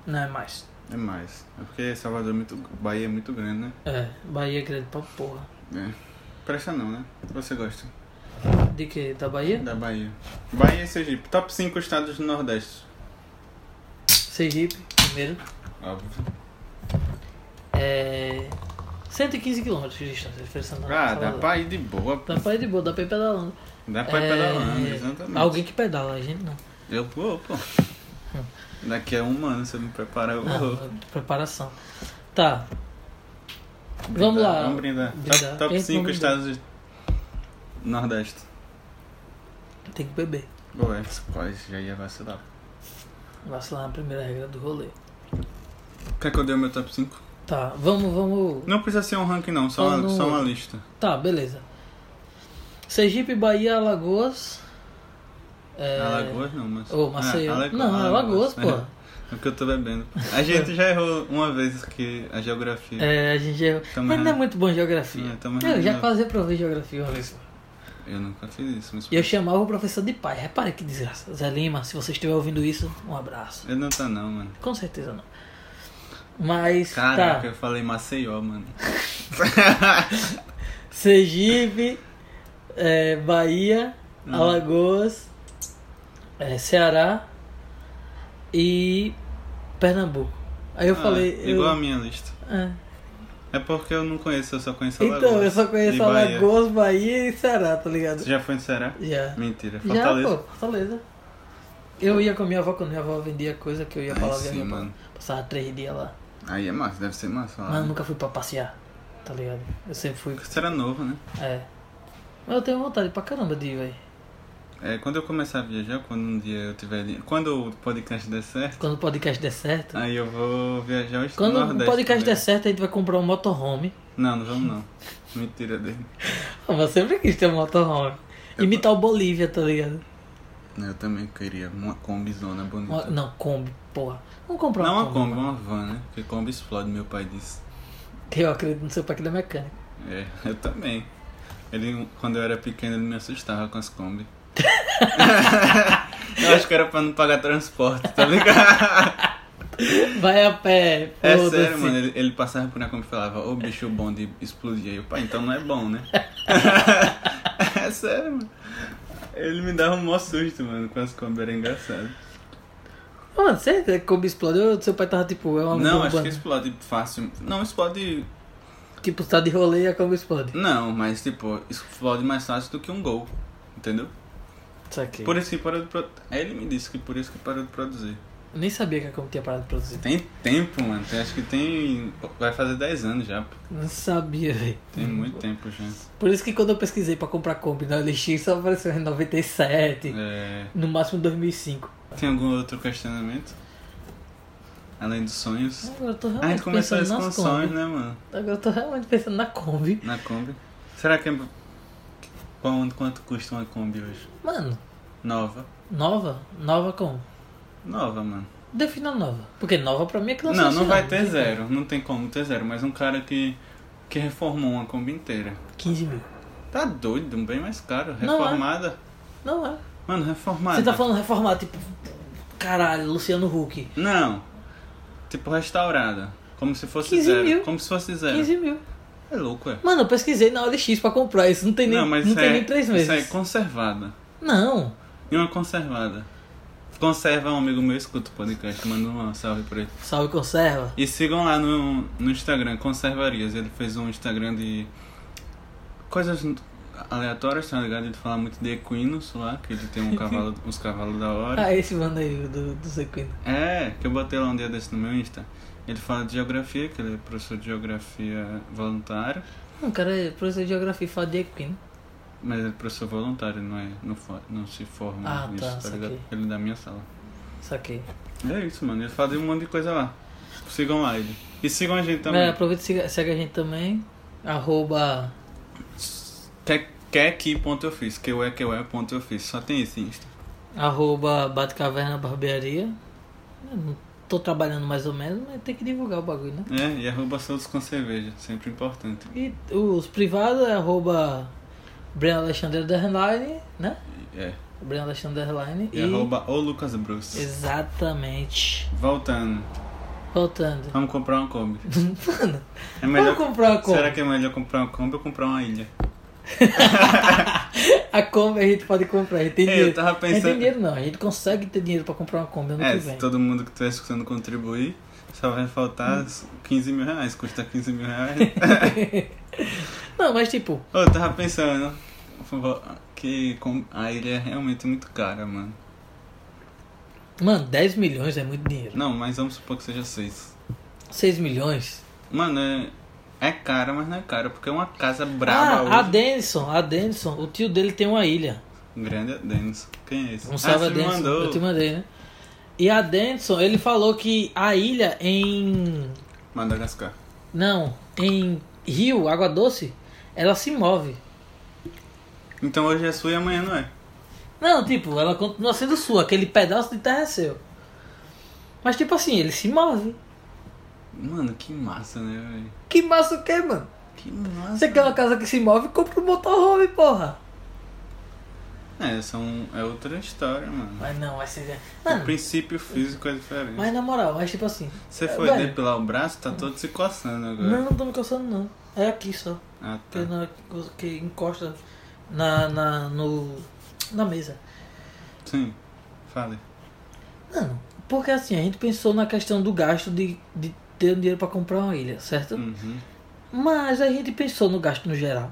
[SPEAKER 1] não, é mais.
[SPEAKER 2] É mais. É porque Salvador é muito. Bahia é muito grande, né?
[SPEAKER 1] É, Bahia é grande pra porra.
[SPEAKER 2] É. Presta não, né? Você gosta
[SPEAKER 1] De que? Da Bahia?
[SPEAKER 2] da Bahia. Bahia e Sergipe. Top 5 estados do Nordeste.
[SPEAKER 1] Sergipe, primeiro.
[SPEAKER 2] Óbvio.
[SPEAKER 1] É... 115 km de distância de Feira de Santana.
[SPEAKER 2] Ah, dá
[SPEAKER 1] Salvador.
[SPEAKER 2] pra ir de boa. pô.
[SPEAKER 1] Dá pra ir de boa, dá pra ir pedalando.
[SPEAKER 2] Dá pra ir
[SPEAKER 1] É,
[SPEAKER 2] pedalando, exatamente.
[SPEAKER 1] Alguém que pedala, a gente não.
[SPEAKER 2] Eu vou, pô. Daqui a um ano, se eu me preparar, eu
[SPEAKER 1] Não,
[SPEAKER 2] vou.
[SPEAKER 1] é preparação. Tá. Vamos
[SPEAKER 2] Brindar,
[SPEAKER 1] lá.
[SPEAKER 2] Vamos brindar.
[SPEAKER 1] Brindar.
[SPEAKER 2] Top, top
[SPEAKER 1] Eita,
[SPEAKER 2] 5
[SPEAKER 1] vamos brindar.
[SPEAKER 2] estados do Nordeste.
[SPEAKER 1] Tem que beber.
[SPEAKER 2] Ué, quase já ia vacilar.
[SPEAKER 1] Vacilar na primeira regra do rolê.
[SPEAKER 2] Quer que eu dê o meu top 5?
[SPEAKER 1] Tá, vamos, vamos.
[SPEAKER 2] Não precisa ser um ranking, não. Só,
[SPEAKER 1] Só
[SPEAKER 2] uma,
[SPEAKER 1] no-
[SPEAKER 2] só uma lista.
[SPEAKER 1] Tá, beleza. Sergipe, Bahia, Alagoas. É...
[SPEAKER 2] Alagoas não, mas.
[SPEAKER 1] Ô, Maceió.
[SPEAKER 2] Ah, Alago-
[SPEAKER 1] Não, Alagoas,
[SPEAKER 2] É.
[SPEAKER 1] pô.
[SPEAKER 2] É porque eu tô bebendo. A gente já errou uma vez que a geografia.
[SPEAKER 1] É, a gente errou.
[SPEAKER 2] Tamo
[SPEAKER 1] Mas não é
[SPEAKER 2] errando.
[SPEAKER 1] muito bom em geografia.
[SPEAKER 2] É, tamo
[SPEAKER 1] eu
[SPEAKER 2] errando.
[SPEAKER 1] já quase reprovei geografia uma vez.
[SPEAKER 2] Eu nunca fiz isso, mas.
[SPEAKER 1] E eu chamava o professor de pai. Repare que desgraça. Zé Lima, se você estiver ouvindo isso, um abraço.
[SPEAKER 2] Ele não tá, não, mano.
[SPEAKER 1] Com certeza não. Mas,
[SPEAKER 2] Caraca,
[SPEAKER 1] tá.
[SPEAKER 2] eu falei Maceió, mano.
[SPEAKER 1] tá. Sergipe, é, Bahia,
[SPEAKER 2] Hum.
[SPEAKER 1] Alagoas, é, Ceará e Pernambuco. Aí eu
[SPEAKER 2] Ah,
[SPEAKER 1] falei... eu-
[SPEAKER 2] Igual a minha lista.
[SPEAKER 1] É.
[SPEAKER 2] É porque eu não conheço, eu só conheço Alagoas.
[SPEAKER 1] Então, eu só
[SPEAKER 2] e
[SPEAKER 1] conheço
[SPEAKER 2] Bahia.
[SPEAKER 1] Alagoas, Bahia e Ceará, tá ligado?
[SPEAKER 2] Você já foi em Ceará?
[SPEAKER 1] Já.
[SPEAKER 2] Mentira,
[SPEAKER 1] Já,
[SPEAKER 2] Fortaleza.
[SPEAKER 1] pô, Fortaleza. Eu ia com minha avó quando minha avó vendia coisa que eu ia pra
[SPEAKER 2] Aí
[SPEAKER 1] lá
[SPEAKER 2] sim,
[SPEAKER 1] ver minha avó.
[SPEAKER 2] mano.
[SPEAKER 1] Passava três dias lá.
[SPEAKER 2] Aí é massa, deve ser massa lá.
[SPEAKER 1] Mas eu
[SPEAKER 2] né?
[SPEAKER 1] nunca fui pra passear, tá ligado? Eu sempre fui.
[SPEAKER 2] Porque você era novo, né?
[SPEAKER 1] É. Mas eu tenho vontade pra caramba de ir, velho.
[SPEAKER 2] É, quando eu começar a viajar, quando um dia eu tiver dinheiro. Quando o podcast der certo,
[SPEAKER 1] Quando o podcast der certo.
[SPEAKER 2] aí eu vou viajar os
[SPEAKER 1] Quando
[SPEAKER 2] Nordeste
[SPEAKER 1] o podcast
[SPEAKER 2] também.
[SPEAKER 1] der certo, a gente vai comprar um motorhome.
[SPEAKER 2] Não, não vamos não. Mentira dele.
[SPEAKER 1] Ah, Mas eu sempre quis ter um motorhome. Imitar o Bolívia, tá ligado?
[SPEAKER 2] Eu também queria uma combizona bonita.
[SPEAKER 1] Uma- não, Kombi, porra. Vamos comprar
[SPEAKER 2] não uma Kombi,
[SPEAKER 1] mano.
[SPEAKER 2] uma van, né? Porque Kombi explode, meu pai disse.
[SPEAKER 1] Eu acredito no seu pai que ele é mecânico.
[SPEAKER 2] É, eu também. Ele, quando eu era pequeno, ele me assustava com as Kombi. eu acho que era pra não pagar transporte, tá ligado?
[SPEAKER 1] Vai a pé,
[SPEAKER 2] É
[SPEAKER 1] foda-se.
[SPEAKER 2] sério, mano. Ele, ele passava por na Kombi e falava, ô bicho bom de explodir. Aí o pai, então não é bom, né? é É sério, mano. Ele me dava um maior susto, mano, com as combas, era engraçado.
[SPEAKER 1] Mano, você que a Kombi explodiu ou seu pai tava tipo. É uma
[SPEAKER 2] não,
[SPEAKER 1] bomba?
[SPEAKER 2] acho que explode fácil. Não, explode.
[SPEAKER 1] Tipo, tá de rolê e a Kombi explode.
[SPEAKER 2] Não, mas tipo, explode mais fácil do que um gol. Entendeu?
[SPEAKER 1] Saquei.
[SPEAKER 2] Por isso que parou de produzir. Aí ele me disse que por isso que parou de produzir.
[SPEAKER 1] Eu nem sabia que a Kombi tinha parado de produzir.
[SPEAKER 2] Tem tempo, mano. Tem- acho que tem. Vai fazer 10 anos já. pô.
[SPEAKER 1] Não sabia, velho.
[SPEAKER 2] Tem muito tempo já.
[SPEAKER 1] Por isso que quando eu pesquisei pra comprar Kombi na LX só apareceu em 97,
[SPEAKER 2] É,
[SPEAKER 1] no máximo 2005.
[SPEAKER 2] Tem algum outro questionamento? Além dos sonhos?
[SPEAKER 1] Agora eu tô
[SPEAKER 2] Ah, a
[SPEAKER 1] realmente
[SPEAKER 2] gente começou
[SPEAKER 1] pensando
[SPEAKER 2] isso com
[SPEAKER 1] nas Kombi.
[SPEAKER 2] sonhos, né, mano?
[SPEAKER 1] Agora eu tô realmente pensando na Kombi.
[SPEAKER 2] Na Kombi. Será que é. Quanto, quanto custa uma Kombi hoje?
[SPEAKER 1] Mano,
[SPEAKER 2] Nova.
[SPEAKER 1] nova? Nova como?
[SPEAKER 2] Nova, mano.
[SPEAKER 1] Defina nova. Porque nova pra mim é que não
[SPEAKER 2] Não, não vai ter zero. Não tem como ter zero. Mas um cara que, que reformou uma Kombi inteira.
[SPEAKER 1] 15 mil. é
[SPEAKER 2] Tá doido, bem mais caro.
[SPEAKER 1] Não é.
[SPEAKER 2] Reformada.
[SPEAKER 1] Não é.
[SPEAKER 2] Mano, reformada.
[SPEAKER 1] Você tá falando reformar, tipo. Caralho, Luciano Huck.
[SPEAKER 2] Não. Tipo restaurada. Como se fosse
[SPEAKER 1] 15
[SPEAKER 2] zero.
[SPEAKER 1] mil.
[SPEAKER 2] Como se fosse zero.
[SPEAKER 1] 15 mil.
[SPEAKER 2] É louco, é.
[SPEAKER 1] Mano, eu pesquisei na OLX pra comprar isso. Não tem nem,
[SPEAKER 2] não,
[SPEAKER 1] não,
[SPEAKER 2] mas isso,
[SPEAKER 1] tem
[SPEAKER 2] é,
[SPEAKER 1] nem 3
[SPEAKER 2] isso
[SPEAKER 1] meses.
[SPEAKER 2] é conservada.
[SPEAKER 1] Não.
[SPEAKER 2] E uma conservada. Conserva um amigo meu, escuta o podcast, manda um salve pra ele.
[SPEAKER 1] Salve conserva.
[SPEAKER 2] E sigam lá no, no Instagram, Conservarias. Ele fez um Instagram de coisas aleatórias, tá ligado? Ele fala muito de equinos lá, que ele tem um cavalo, uns cavalos da hora.
[SPEAKER 1] Ah, esse mano aí do, do Sequino.
[SPEAKER 2] É, que eu botei lá um dia desse no meu Insta. Ele fala de geografia, que ele é professor de geografia voluntário,
[SPEAKER 1] Não, o cara é professor de geografia e fala de Equino.
[SPEAKER 2] mas ele é professor voluntário, não, é, não, fo- não se forma
[SPEAKER 1] Ah,
[SPEAKER 2] nisso,
[SPEAKER 1] tá,
[SPEAKER 2] tá ligado?
[SPEAKER 1] saquei.
[SPEAKER 2] Ele é da minha sala.
[SPEAKER 1] Saquei.
[SPEAKER 2] É isso, mano. Ele fala de um monte de coisa lá. Sigam lá ele. E sigam a gente
[SPEAKER 1] É,
[SPEAKER 2] também.
[SPEAKER 1] aproveita e siga- segue a gente também. Arroba.
[SPEAKER 2] Que- Quer que ponto eu fiz, que eu é que eu é ponto eu fiz. Só tem esse Insta.
[SPEAKER 1] Arroba Batcaverna Barbearia. Eu não tô trabalhando mais ou menos, mas tem que divulgar o bagulho, né?
[SPEAKER 2] É, e arroba Soutos com cerveja, sempre importante.
[SPEAKER 1] E os privados é arroba Breno Alexandre Underline, né?
[SPEAKER 2] É.
[SPEAKER 1] Breno Alexandre Underline.
[SPEAKER 2] E, arroba o Lucas Bruce.
[SPEAKER 1] Exatamente.
[SPEAKER 2] Voltando.
[SPEAKER 1] Voltando.
[SPEAKER 2] Vamos comprar uma Kombi.
[SPEAKER 1] Mano,
[SPEAKER 2] É melhor.
[SPEAKER 1] vamos comprar uma Kombi.
[SPEAKER 2] Será que é melhor comprar uma Kombi ou comprar uma ilha?
[SPEAKER 1] A Kombi a gente pode comprar, a gente tem
[SPEAKER 2] É, eu
[SPEAKER 1] dinheiro.
[SPEAKER 2] tava
[SPEAKER 1] A gente tem
[SPEAKER 2] pensando-
[SPEAKER 1] dinheiro não, a gente consegue ter dinheiro pra comprar uma Kombi ano
[SPEAKER 2] é,
[SPEAKER 1] que
[SPEAKER 2] se
[SPEAKER 1] vem.
[SPEAKER 2] todo mundo que estiver escutando contribuir, só vai faltar
[SPEAKER 1] Hum.
[SPEAKER 2] 15 mil reais. Custa 15 mil reais.
[SPEAKER 1] Não, mas tipo,
[SPEAKER 2] Ô, Eu tava pensando que com- a ilha é realmente muito cara, mano.
[SPEAKER 1] mano, 10 milhões é muito dinheiro.
[SPEAKER 2] Não, mas vamos supor que seja 6.
[SPEAKER 1] 6 milhões?
[SPEAKER 2] Mano, é, é cara, mas não é cara, porque é uma casa
[SPEAKER 1] ah,
[SPEAKER 2] brava
[SPEAKER 1] a
[SPEAKER 2] hoje.
[SPEAKER 1] Denison, a Denison, o tio dele tem uma ilha.
[SPEAKER 2] Grande é Dennis. Quem é esse?
[SPEAKER 1] Um salve
[SPEAKER 2] ah,
[SPEAKER 1] a
[SPEAKER 2] você me
[SPEAKER 1] Denison,
[SPEAKER 2] mandou.
[SPEAKER 1] eu te mandei, né? E a Denison, ele falou que a ilha em...
[SPEAKER 2] Madagascar.
[SPEAKER 1] Não, em Rio, Água Doce, ela se move.
[SPEAKER 2] Então hoje é sua e amanhã não é.
[SPEAKER 1] Não, tipo, ela continua sendo sua, aquele pedaço de terra é seu. Mas tipo assim, ele se move.
[SPEAKER 2] Mano, que massa, né, velho?
[SPEAKER 1] Que massa o quê, mano?
[SPEAKER 2] Que massa.
[SPEAKER 1] Você quer uma casa que se move, compra um motorhome, porra.
[SPEAKER 2] É, são, é outra história, mano.
[SPEAKER 1] Mas não, vai ser...
[SPEAKER 2] O
[SPEAKER 1] Mano,
[SPEAKER 2] princípio físico é diferente.
[SPEAKER 1] mas na moral, mas tipo assim...
[SPEAKER 2] Você
[SPEAKER 1] é,
[SPEAKER 2] foi
[SPEAKER 1] velho,
[SPEAKER 2] depilar o braço, tá todo se coçando agora.
[SPEAKER 1] Não, não tô me coçando não. É aqui só.
[SPEAKER 2] Ah, tá.
[SPEAKER 1] Que, na- que encosta na, na, no, na mesa.
[SPEAKER 2] Sim, fale.
[SPEAKER 1] Não, porque assim, a gente pensou na questão do gasto de, de ter dinheiro pra comprar uma ilha, certo?
[SPEAKER 2] Uhum.
[SPEAKER 1] Mas a gente pensou no gasto no geral.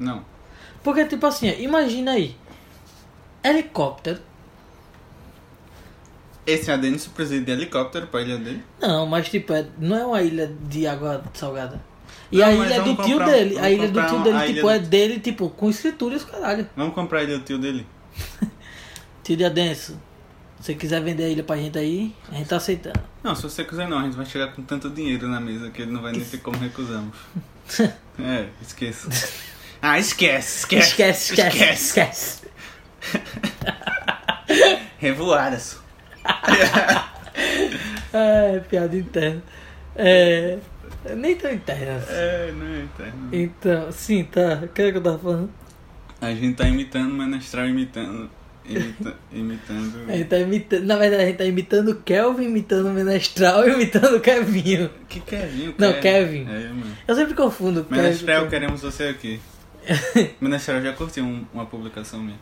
[SPEAKER 2] Não.
[SPEAKER 1] Porque, tipo assim, imagina aí: helicóptero.
[SPEAKER 2] Esse é Adenis precisa de helicóptero pra ilha dele.
[SPEAKER 1] Não, mas tipo, é- não é uma ilha de água salgada. E
[SPEAKER 2] Não,
[SPEAKER 1] a
[SPEAKER 2] mas
[SPEAKER 1] ilha é do
[SPEAKER 2] vamos
[SPEAKER 1] tio
[SPEAKER 2] comprar um-
[SPEAKER 1] dele. A
[SPEAKER 2] vamos
[SPEAKER 1] ilha do
[SPEAKER 2] comprar
[SPEAKER 1] tio
[SPEAKER 2] um- a
[SPEAKER 1] dele,
[SPEAKER 2] ilha
[SPEAKER 1] tipo,
[SPEAKER 2] do-
[SPEAKER 1] é dele, tipo, com escritura e os caralho.
[SPEAKER 2] Vamos comprar a ilha do tio dele?
[SPEAKER 1] Tio de Adenso, se você quiser vender a ilha pra gente aí, a gente tá aceitando.
[SPEAKER 2] Não, se você quiser não, a gente vai chegar com tanto dinheiro na mesa que ele não vai nem ter como recusarmos. É, esqueça. Ah, esquece, esquece.
[SPEAKER 1] Esquece, esquece, esquece.
[SPEAKER 2] Revoadas.
[SPEAKER 1] É, piada interna. É. Nem tão interna. assim.
[SPEAKER 2] É, não é eterno.
[SPEAKER 1] Então, sim, tá. O que é que eu tava falando?
[SPEAKER 2] A gente tá imitando, mas nós estamos imitando. Imita, imitando.
[SPEAKER 1] A gente tá imitando. Na verdade, a gente tá imitando o Kelvin, imitando o Menestral e imitando o Kevinho.
[SPEAKER 2] Que Kevin? o
[SPEAKER 1] Não, Kevin.
[SPEAKER 2] É, mano.
[SPEAKER 1] Eu sempre confundo o
[SPEAKER 2] Mas
[SPEAKER 1] Kevin.
[SPEAKER 2] Estrel, queremos você aqui. Minestrel já curtiu um- uma publicação minha.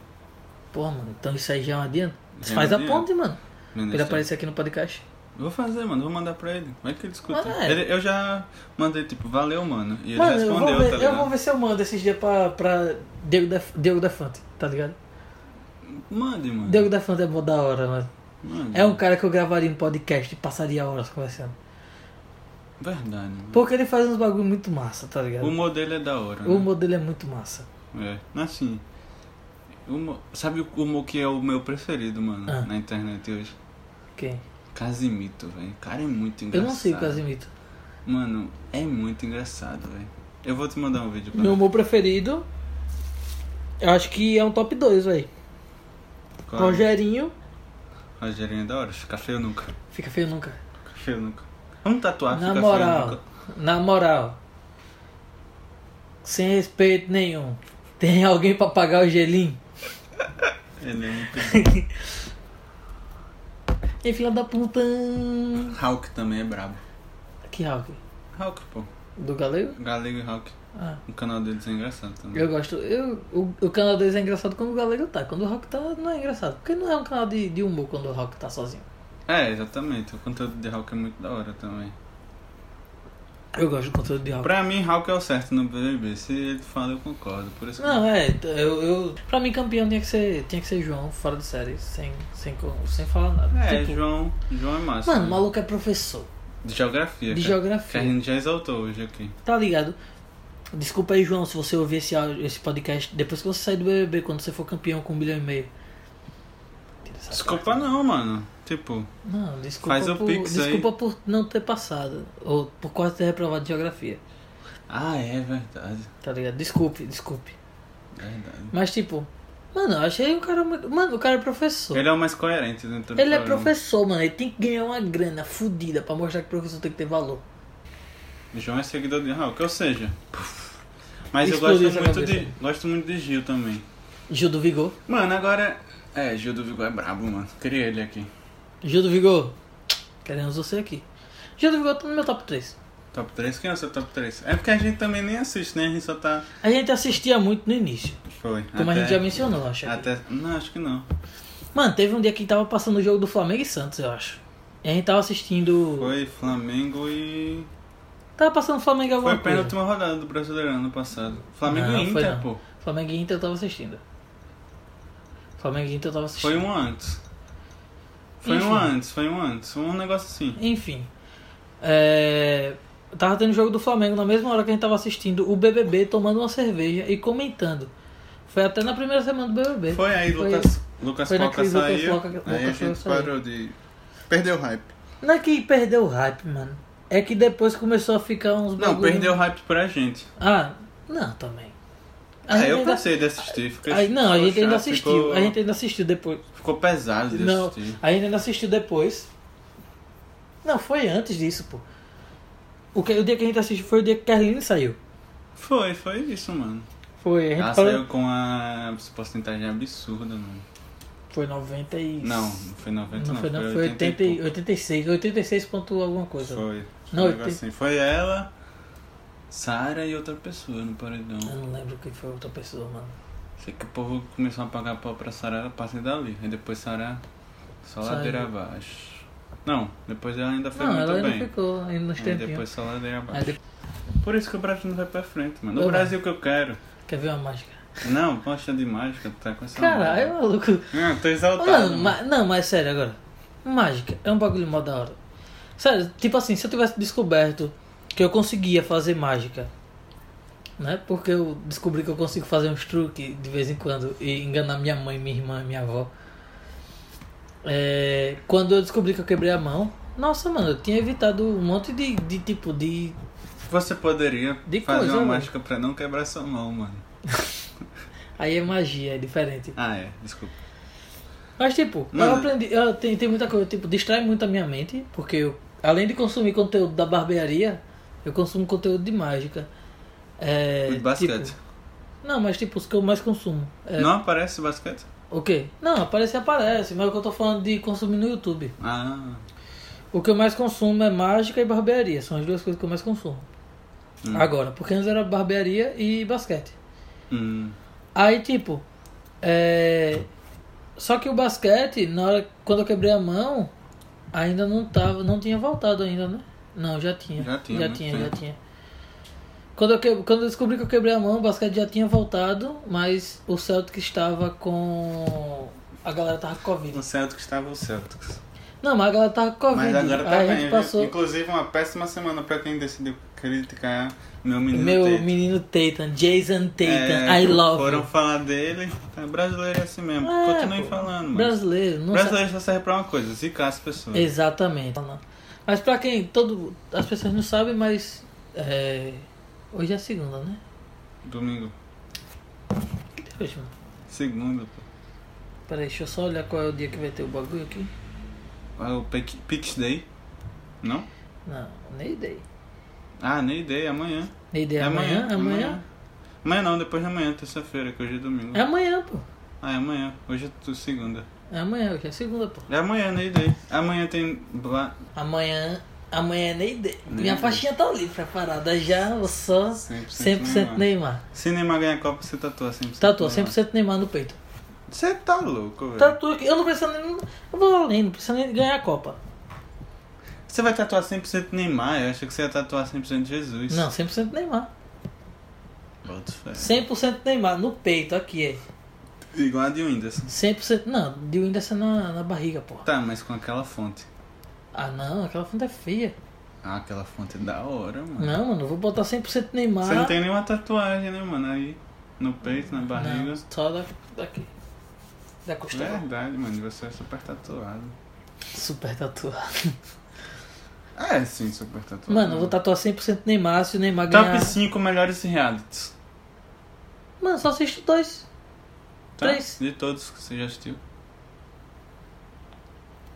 [SPEAKER 1] Porra, mano, então isso aí já é um adianto.
[SPEAKER 2] Já é um
[SPEAKER 1] Faz a
[SPEAKER 2] adianto.
[SPEAKER 1] ponte, mano. Pra ele
[SPEAKER 2] Minestrel.
[SPEAKER 1] aparecer aqui no podcast.
[SPEAKER 2] Vou fazer, mano. Vou mandar pra ele. Vai que ele escuta.
[SPEAKER 1] Ah, é.
[SPEAKER 2] Ele- eu já mandei, tipo, valeu, mano. E ele
[SPEAKER 1] mano, eu
[SPEAKER 2] respondeu,
[SPEAKER 1] vou, ver,
[SPEAKER 2] tá
[SPEAKER 1] eu
[SPEAKER 2] ligado?
[SPEAKER 1] vou ver se eu mando esses dias pra, pra Diego, da, Diego da Fante, tá ligado?
[SPEAKER 2] Hum. Mande, mano.
[SPEAKER 1] Diego da Fante é mó da hora, mano.
[SPEAKER 2] Mande.
[SPEAKER 1] É um cara que eu gravaria um podcast e passaria horas conversando.
[SPEAKER 2] Hum. Verdade, mano.
[SPEAKER 1] Porque ele faz uns bagulho muito massa, tá ligado?
[SPEAKER 2] O modelo é da hora.
[SPEAKER 1] O
[SPEAKER 2] né?
[SPEAKER 1] modelo é muito massa.
[SPEAKER 2] É. Assim. o mo- Sabe o humor que é o meu preferido, mano,
[SPEAKER 1] Ah.
[SPEAKER 2] na internet hoje?
[SPEAKER 1] Quem?
[SPEAKER 2] Casimito, velho. O Cara, é muito
[SPEAKER 1] Eu
[SPEAKER 2] engraçado.
[SPEAKER 1] não sei o Casimito.
[SPEAKER 2] Mano, é muito engraçado, velho. Eu vou te mandar um vídeo pra
[SPEAKER 1] Meu humor preferido. Eu acho que é um top 2, velho.
[SPEAKER 2] Qual é?
[SPEAKER 1] Rogerinho.
[SPEAKER 2] Rogerinho é da hora. Fica feio nunca.
[SPEAKER 1] Fica feio nunca.
[SPEAKER 2] Fica feio nunca. Vamos
[SPEAKER 1] Na
[SPEAKER 2] tatuar, Tá, fica feio
[SPEAKER 1] moral,
[SPEAKER 2] nunca.
[SPEAKER 1] na moral, sem respeito nenhum, tem alguém pra pagar o gelinho?
[SPEAKER 2] Ele é muito
[SPEAKER 1] Ei, filha da puta!
[SPEAKER 2] bom. Hulk também é brabo.
[SPEAKER 1] um Que Hulk?
[SPEAKER 2] Hulk, pô.
[SPEAKER 1] Do Galego?
[SPEAKER 2] Galego e Hulk.
[SPEAKER 1] Ah,
[SPEAKER 2] O canal deles é engraçado também.
[SPEAKER 1] eu gosto. Eu, o, o canal deles é engraçado quando o Galego tá. Quando o Rock tá, não é engraçado. Porque não é um canal de, de humor quando o Rock tá sozinho.
[SPEAKER 2] É, exatamente. O conteúdo de Hulk é muito da hora também.
[SPEAKER 1] Eu gosto do conteúdo de Rock.
[SPEAKER 2] Pra mim, Hulk é o certo no BBB. Se ele fala, eu concordo. Por isso que...
[SPEAKER 1] Não, é, eu, eu. Pra mim, campeão tinha que ser, tinha que ser João, fora de série, sem, sem, co- sem falar nada.
[SPEAKER 2] É,
[SPEAKER 1] Tipo,
[SPEAKER 2] João, João é massa.
[SPEAKER 1] Mano, o
[SPEAKER 2] né?
[SPEAKER 1] maluco é professor
[SPEAKER 2] De geografia.
[SPEAKER 1] de
[SPEAKER 2] cara. Que
[SPEAKER 1] geografia.
[SPEAKER 2] a gente já exaltou hoje aqui.
[SPEAKER 1] Tá ligado? Desculpa aí, João, se você ouvir esse, áudio- esse podcast depois que você sair do BBB, quando você for campeão com um milhão e meio. Tira essa
[SPEAKER 2] Desculpa
[SPEAKER 1] parte.
[SPEAKER 2] não, mano. Tipo,
[SPEAKER 1] Não, desculpa,
[SPEAKER 2] Faz o
[SPEAKER 1] por,
[SPEAKER 2] Pix aí.
[SPEAKER 1] desculpa por não ter passado, ou por quase ter reprovado de geografia,
[SPEAKER 2] ah, é verdade.
[SPEAKER 1] tá ligado? Desculpe, desculpe. é
[SPEAKER 2] Verdade.
[SPEAKER 1] Mas tipo, mano, eu achei o cara muito... Mano, o cara é professor. Ele,
[SPEAKER 2] Ele é né? o mais coerente dentro do
[SPEAKER 1] é
[SPEAKER 2] programa.
[SPEAKER 1] professor, mano, ele tem que ganhar uma grana fodida pra mostrar que professor tem que ter valor.
[SPEAKER 2] João é seguidor de Hulk, ou seja. Mas
[SPEAKER 1] Explodiu
[SPEAKER 2] eu
[SPEAKER 1] essa
[SPEAKER 2] gosto muito, de,
[SPEAKER 1] cabeça.
[SPEAKER 2] gosto muito de Gil também.
[SPEAKER 1] Gil do Vigor.
[SPEAKER 2] Mano, agora. É, Gil do Vigor é brabo, mano. Queria ele aqui.
[SPEAKER 1] Gil do Vigor, queremos você aqui. Gil do Vigor tá no meu top 3.
[SPEAKER 2] Top 3? Quem é o seu top 3? É porque a gente também nem assiste, né? A gente só tá.
[SPEAKER 1] A gente assistia muito no início,
[SPEAKER 2] Foi.
[SPEAKER 1] como a
[SPEAKER 2] até-
[SPEAKER 1] gente já mencionou, acho. aqui.
[SPEAKER 2] Até. Não, acho que não.
[SPEAKER 1] Mano, teve um dia que tava passando o jogo do Flamengo e Santos, eu acho. E a gente tava assistindo.
[SPEAKER 2] Foi Flamengo e.
[SPEAKER 1] Tava passando Flamengo
[SPEAKER 2] Foi
[SPEAKER 1] alguma
[SPEAKER 2] a
[SPEAKER 1] coisa.
[SPEAKER 2] penúltima rodada do Brasileirão ano passado. Flamengo
[SPEAKER 1] Não,
[SPEAKER 2] e
[SPEAKER 1] foi
[SPEAKER 2] Inter,
[SPEAKER 1] não.
[SPEAKER 2] pô.
[SPEAKER 1] Flamengo e Inter eu tava assistindo. Flamengo e Inter eu tava
[SPEAKER 2] Foi
[SPEAKER 1] assistindo.
[SPEAKER 2] um antes. Foi
[SPEAKER 1] Enfim.
[SPEAKER 2] um antes, foi um antes. Um negócio assim.
[SPEAKER 1] Enfim. É... Tava tendo o jogo do Flamengo na mesma hora que a gente tava assistindo o BBB, tomando uma cerveja e comentando. Foi até na primeira semana do BBB.
[SPEAKER 2] Foi aí,
[SPEAKER 1] Foi-
[SPEAKER 2] Lucas, Lucas
[SPEAKER 1] foi na
[SPEAKER 2] Coca
[SPEAKER 1] crise, Lucas
[SPEAKER 2] saiu.
[SPEAKER 1] Coca-
[SPEAKER 2] aí a
[SPEAKER 1] Lucas Coca
[SPEAKER 2] gente
[SPEAKER 1] saiu.
[SPEAKER 2] parou de. Perdeu o hype.
[SPEAKER 1] Não é que perdeu o hype, mano. É que depois começou a ficar uns
[SPEAKER 2] Não,
[SPEAKER 1] bagulho-
[SPEAKER 2] perdeu o hype pra gente.
[SPEAKER 1] Ah, não, também. A
[SPEAKER 2] Aí
[SPEAKER 1] gente
[SPEAKER 2] É, eu
[SPEAKER 1] ainda-
[SPEAKER 2] cansei de assistir. Fiquei,
[SPEAKER 1] Aí, não, a
[SPEAKER 2] ficou
[SPEAKER 1] gente ainda
[SPEAKER 2] chato,
[SPEAKER 1] assistiu.
[SPEAKER 2] Ficou,
[SPEAKER 1] A gente ainda assistiu depois.
[SPEAKER 2] ficou pesado de
[SPEAKER 1] Não,
[SPEAKER 2] assistir.
[SPEAKER 1] a gente ainda assistiu depois. Não, foi antes disso, pô. O, que- o dia que a gente assistiu foi o dia que Carlinhos saiu.
[SPEAKER 2] Foi, foi isso, mano.
[SPEAKER 1] Foi, a gente
[SPEAKER 2] Ela
[SPEAKER 1] parou-
[SPEAKER 2] Ah, saiu com a porcentagem absurda, mano.
[SPEAKER 1] Foi 90 e...
[SPEAKER 2] Não, não foi 90,
[SPEAKER 1] não,
[SPEAKER 2] não.
[SPEAKER 1] foi, não, foi,
[SPEAKER 2] 80
[SPEAKER 1] 80,
[SPEAKER 2] e pouco.
[SPEAKER 1] 86, 86 ponto alguma coisa.
[SPEAKER 2] Foi.
[SPEAKER 1] Não,
[SPEAKER 2] Não, foi, um negócio
[SPEAKER 1] 80.
[SPEAKER 2] assim. foi ela, Sara e outra pessoa no paredão.
[SPEAKER 1] Eu não lembro quem foi outra pessoa, mano.
[SPEAKER 2] Sei que o povo começou a pagar pau pra Sara a partir dali. Aí depois Sara só
[SPEAKER 1] Saiu.
[SPEAKER 2] ladeira abaixo. Não, depois ela ainda foi
[SPEAKER 1] não,
[SPEAKER 2] muito
[SPEAKER 1] ela ainda
[SPEAKER 2] bem.
[SPEAKER 1] ficou ainda nos
[SPEAKER 2] Aí
[SPEAKER 1] tempinhos.
[SPEAKER 2] depois só ladeira abaixo.
[SPEAKER 1] Aí depois-
[SPEAKER 2] Por isso que o Brasil não vai pra frente, mano. O
[SPEAKER 1] Não vai.
[SPEAKER 2] Brasil que eu quero.
[SPEAKER 1] Quer ver uma mágica?
[SPEAKER 2] Não, poxa de mágica, tá com essa.
[SPEAKER 1] Caralho, maluco.
[SPEAKER 2] Não, tô exaltado.
[SPEAKER 1] Mano,
[SPEAKER 2] Tá, mano.
[SPEAKER 1] ma- não, mas sério agora. Mágica é um bagulho mó da hora. Sério, tipo assim, se eu tivesse descoberto que eu conseguia fazer mágica, né? Porque eu descobri que eu consigo fazer uns truques de vez em quando e enganar minha mãe, minha irmã, minha avó. É, quando eu descobri que eu quebrei a mão, nossa, mano, eu tinha evitado um monte de, de tipo de.
[SPEAKER 2] Você poderia
[SPEAKER 1] De
[SPEAKER 2] fazer
[SPEAKER 1] coisa,
[SPEAKER 2] uma
[SPEAKER 1] mano.
[SPEAKER 2] mágica pra não quebrar sua mão, mano.
[SPEAKER 1] Aí é magia, é diferente.
[SPEAKER 2] Ah, é, desculpa.
[SPEAKER 1] Mas tipo, eu
[SPEAKER 2] Mano.
[SPEAKER 1] aprendi, eu, tem, tem muita coisa, tipo, distrai muito a minha mente, porque eu, além de consumir conteúdo da barbearia, eu consumo conteúdo de mágica. É,
[SPEAKER 2] O de basquete.
[SPEAKER 1] tipo- não, mas tipo, os que eu mais consumo. É,
[SPEAKER 2] Não aparece basquete?
[SPEAKER 1] O quê? Não, aparece aparece, mas é o que eu tô falando de consumir no YouTube.
[SPEAKER 2] Ah.
[SPEAKER 1] O que eu mais consumo é mágica e barbearia, são as duas coisas que eu mais consumo.
[SPEAKER 2] Hum.
[SPEAKER 1] Agora, porque antes era barbearia e basquete.
[SPEAKER 2] Hum.
[SPEAKER 1] Aí, tipo, é... só que o basquete, na hora, quando eu quebrei a mão, ainda não tava, não tinha voltado ainda, né? Não, já tinha.
[SPEAKER 2] Já tinha,
[SPEAKER 1] já
[SPEAKER 2] né?
[SPEAKER 1] tinha.
[SPEAKER 2] Sim.
[SPEAKER 1] Já tinha. Quando eu, que- quando eu descobri que eu quebrei a mão, o basquete já tinha voltado, mas o Celtic estava com. A galera tava com Covid.
[SPEAKER 2] No Celtics estava o Celtics.
[SPEAKER 1] Não, mas a galera tava com Covid.
[SPEAKER 2] Mas agora tá
[SPEAKER 1] Aí a
[SPEAKER 2] bem.
[SPEAKER 1] gente
[SPEAKER 2] viu?
[SPEAKER 1] passou.
[SPEAKER 2] Inclusive, uma péssima semana pra quem decidiu criticar meu menino
[SPEAKER 1] Meu
[SPEAKER 2] Tatum.
[SPEAKER 1] menino Tatum, Jason Tatum,
[SPEAKER 2] É,
[SPEAKER 1] I love.
[SPEAKER 2] Foram
[SPEAKER 1] you.
[SPEAKER 2] falar dele. Tá, brasileiro é assim mesmo.
[SPEAKER 1] É,
[SPEAKER 2] Continuem
[SPEAKER 1] pô,
[SPEAKER 2] falando, mas...
[SPEAKER 1] Brasileiro, não sabe-
[SPEAKER 2] Brasileiro só serve pra uma coisa, zicar as
[SPEAKER 1] É.
[SPEAKER 2] pessoas.
[SPEAKER 1] Exatamente. Mas pra quem todo as pessoas não sabem, mas é, hoje é segunda, né?
[SPEAKER 2] Domingo.
[SPEAKER 1] Hoje, mano.
[SPEAKER 2] Segunda, pô.
[SPEAKER 1] Peraí, deixa eu só olhar qual é o dia que vai ter o bagulho aqui.
[SPEAKER 2] É o Pic- Pix Day. Não?
[SPEAKER 1] Não, nem ideia.
[SPEAKER 2] Ah, nem ideia, é amanhã.
[SPEAKER 1] Nem ideia. Amanhã,
[SPEAKER 2] é
[SPEAKER 1] amanhã.
[SPEAKER 2] Amanhã não, depois de amanhã, terça-feira, que hoje é domingo.
[SPEAKER 1] É amanhã, pô.
[SPEAKER 2] Ah, é amanhã. Hoje é tu- segunda.
[SPEAKER 1] É amanhã, hoje é segunda, pô.
[SPEAKER 2] É amanhã, nem ideia. Amanhã tem. Bla...
[SPEAKER 1] Amanhã, amanhã é nem ideia.
[SPEAKER 2] Nem
[SPEAKER 1] Minha
[SPEAKER 2] ideia.
[SPEAKER 1] faixinha tá ali preparada já, eu só
[SPEAKER 2] 100%
[SPEAKER 1] 100% Neymar. Tá,
[SPEAKER 2] Se Neymar ganhar a Copa, você tatua 100%.
[SPEAKER 1] Tatua
[SPEAKER 2] Neymar.
[SPEAKER 1] 100% Neymar no peito.
[SPEAKER 2] Você tá louco, velho.
[SPEAKER 1] Tatua aqui, eu não preciso nem. Eu vou além, não preciso nem ganhar a Copa.
[SPEAKER 2] Você vai tatuar 100% Neymar? Eu achei que você ia tatuar 100% Jesus.
[SPEAKER 1] Não, 100% Neymar.
[SPEAKER 2] Bota fé.
[SPEAKER 1] 100% Neymar no peito, aqui é.
[SPEAKER 2] Igual a de Whindersson.
[SPEAKER 1] 100%. Não, de Whindersson é na, na barriga, porra.
[SPEAKER 2] Tá, mas com aquela fonte.
[SPEAKER 1] Ah, não, aquela fonte é feia.
[SPEAKER 2] Ah, aquela fonte é da hora, mano.
[SPEAKER 1] Não, mano, eu vou botar 100% Neymar.
[SPEAKER 2] Você não tem nenhuma tatuagem, né, mano? Aí, no peito, na barriga.
[SPEAKER 1] Não, tá só da, daqui. Da costela.
[SPEAKER 2] Verdade, mano. Você é super tatuado.
[SPEAKER 1] Super tatuado.
[SPEAKER 2] É, sim, super tatuado.
[SPEAKER 1] Mano, eu vou tatuar 100% Neymar se o Neymar ganhar.
[SPEAKER 2] Top 5 melhores realities.
[SPEAKER 1] Mano, só assisto dois.
[SPEAKER 2] Tá?
[SPEAKER 1] Três.
[SPEAKER 2] De todos que você já assistiu.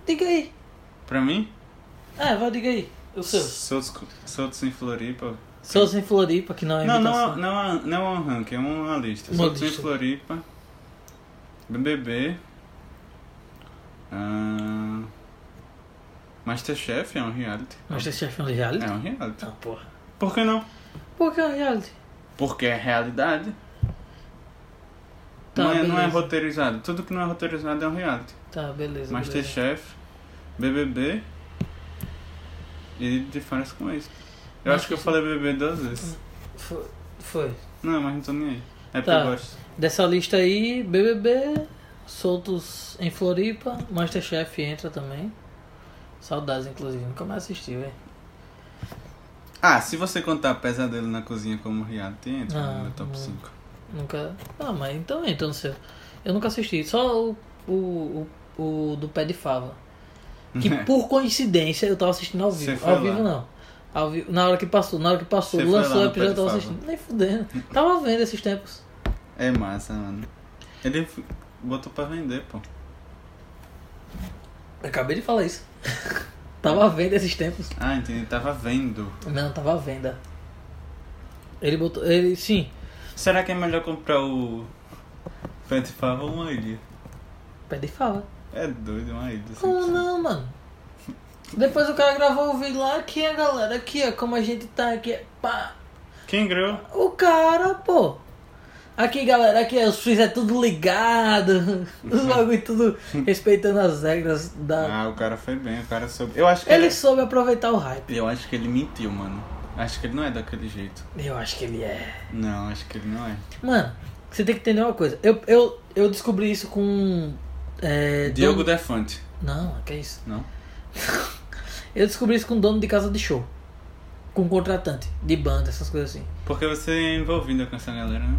[SPEAKER 1] Diga aí.
[SPEAKER 2] Pra mim,
[SPEAKER 1] É, vai, diga aí. O seu.
[SPEAKER 2] Soltos, Soltos em Floripa.
[SPEAKER 1] Seus em Floripa, que não é
[SPEAKER 2] Não,
[SPEAKER 1] imitação.
[SPEAKER 2] não, não, é- não é um ranking, é uma lista.
[SPEAKER 1] Uma
[SPEAKER 2] Soltos em
[SPEAKER 1] lista.
[SPEAKER 2] Floripa. BBB. ah, Masterchef é um reality.
[SPEAKER 1] Masterchef é um reality?
[SPEAKER 2] É um reality.
[SPEAKER 1] Não, porra.
[SPEAKER 2] Por que não?
[SPEAKER 1] Por que é um reality?
[SPEAKER 2] Porque é realidade.
[SPEAKER 1] Tá,
[SPEAKER 2] não, é, não é
[SPEAKER 1] beleza.
[SPEAKER 2] roteirizado. Tudo que não é roteirizado é um reality.
[SPEAKER 1] Tá, beleza. beleza.
[SPEAKER 2] Masterchef, BBB e de férias com ex. Eu acho que eu
[SPEAKER 1] Masterchef. Hum.
[SPEAKER 2] falei BBB duas vezes.
[SPEAKER 1] Foi. foi.
[SPEAKER 2] Não, mas não tô nem aí. É porque
[SPEAKER 1] Tá.
[SPEAKER 2] eu gosto.
[SPEAKER 1] Dessa lista aí, BBB, Soltos em Floripa, Masterchef entra também. Saudades, inclusive, nunca mais assisti, velho.
[SPEAKER 2] Ah, se você contar Pesadelo na Cozinha como reality, entra
[SPEAKER 1] Ah,
[SPEAKER 2] no meu top
[SPEAKER 1] não.
[SPEAKER 2] 5.
[SPEAKER 1] Nunca. Ah, mas então entra no seu. Eu nunca assisti, só o, o, o, o do Pé de Fava. Que por coincidência eu tava assistindo ao
[SPEAKER 2] Você
[SPEAKER 1] vivo.
[SPEAKER 2] foi
[SPEAKER 1] Ao vivo
[SPEAKER 2] lá.
[SPEAKER 1] não. Ao vivo, na hora que passou, na hora que passou,
[SPEAKER 2] Você foi
[SPEAKER 1] lançou
[SPEAKER 2] lá
[SPEAKER 1] o
[SPEAKER 2] no Pé
[SPEAKER 1] episódio, eu
[SPEAKER 2] de
[SPEAKER 1] tava
[SPEAKER 2] Fava.
[SPEAKER 1] assistindo. Nem fudendo. Tava vendo esses tempos.
[SPEAKER 2] É massa, mano. Ele f- botou pra vender, pô.
[SPEAKER 1] Eu acabei de falar isso. tava vendo esses tempos.
[SPEAKER 2] Ah, entendi. Tava vendo.
[SPEAKER 1] Não, tava à venda. Ele botou. Ele, sim,
[SPEAKER 2] Será que é melhor comprar o Pet Fava ou uma ilha?
[SPEAKER 1] pé de fala.
[SPEAKER 2] É doido, uma ilha.
[SPEAKER 1] Como
[SPEAKER 2] 100%.
[SPEAKER 1] Ah, não, mano? Depois o cara gravou o vídeo lá, aqui a galera, aqui ó, como a gente tá aqui, pá.
[SPEAKER 2] Quem greu?
[SPEAKER 1] O cara, pô. Aqui galera, aqui os fios é tudo ligado, os bagulho tudo respeitando as regras da.
[SPEAKER 2] Ah, o cara foi bem, o cara soube. Eu acho que
[SPEAKER 1] Ele soube aproveitar o hype.
[SPEAKER 2] Eu acho que ele mentiu, mano. Acho que ele não é daquele jeito.
[SPEAKER 1] Eu acho que ele é.
[SPEAKER 2] Não, acho que ele não é.
[SPEAKER 1] Mano, você tem que entender uma coisa. Eu, eu, eu descobri isso com. É,
[SPEAKER 2] Diogo
[SPEAKER 1] dono...
[SPEAKER 2] Defante,
[SPEAKER 1] Não, que é isso.
[SPEAKER 2] não?
[SPEAKER 1] Eu descobri isso com dono de casa de show. Com contratante, de banda, essas coisas assim.
[SPEAKER 2] Porque você é envolvido com essa galera, né?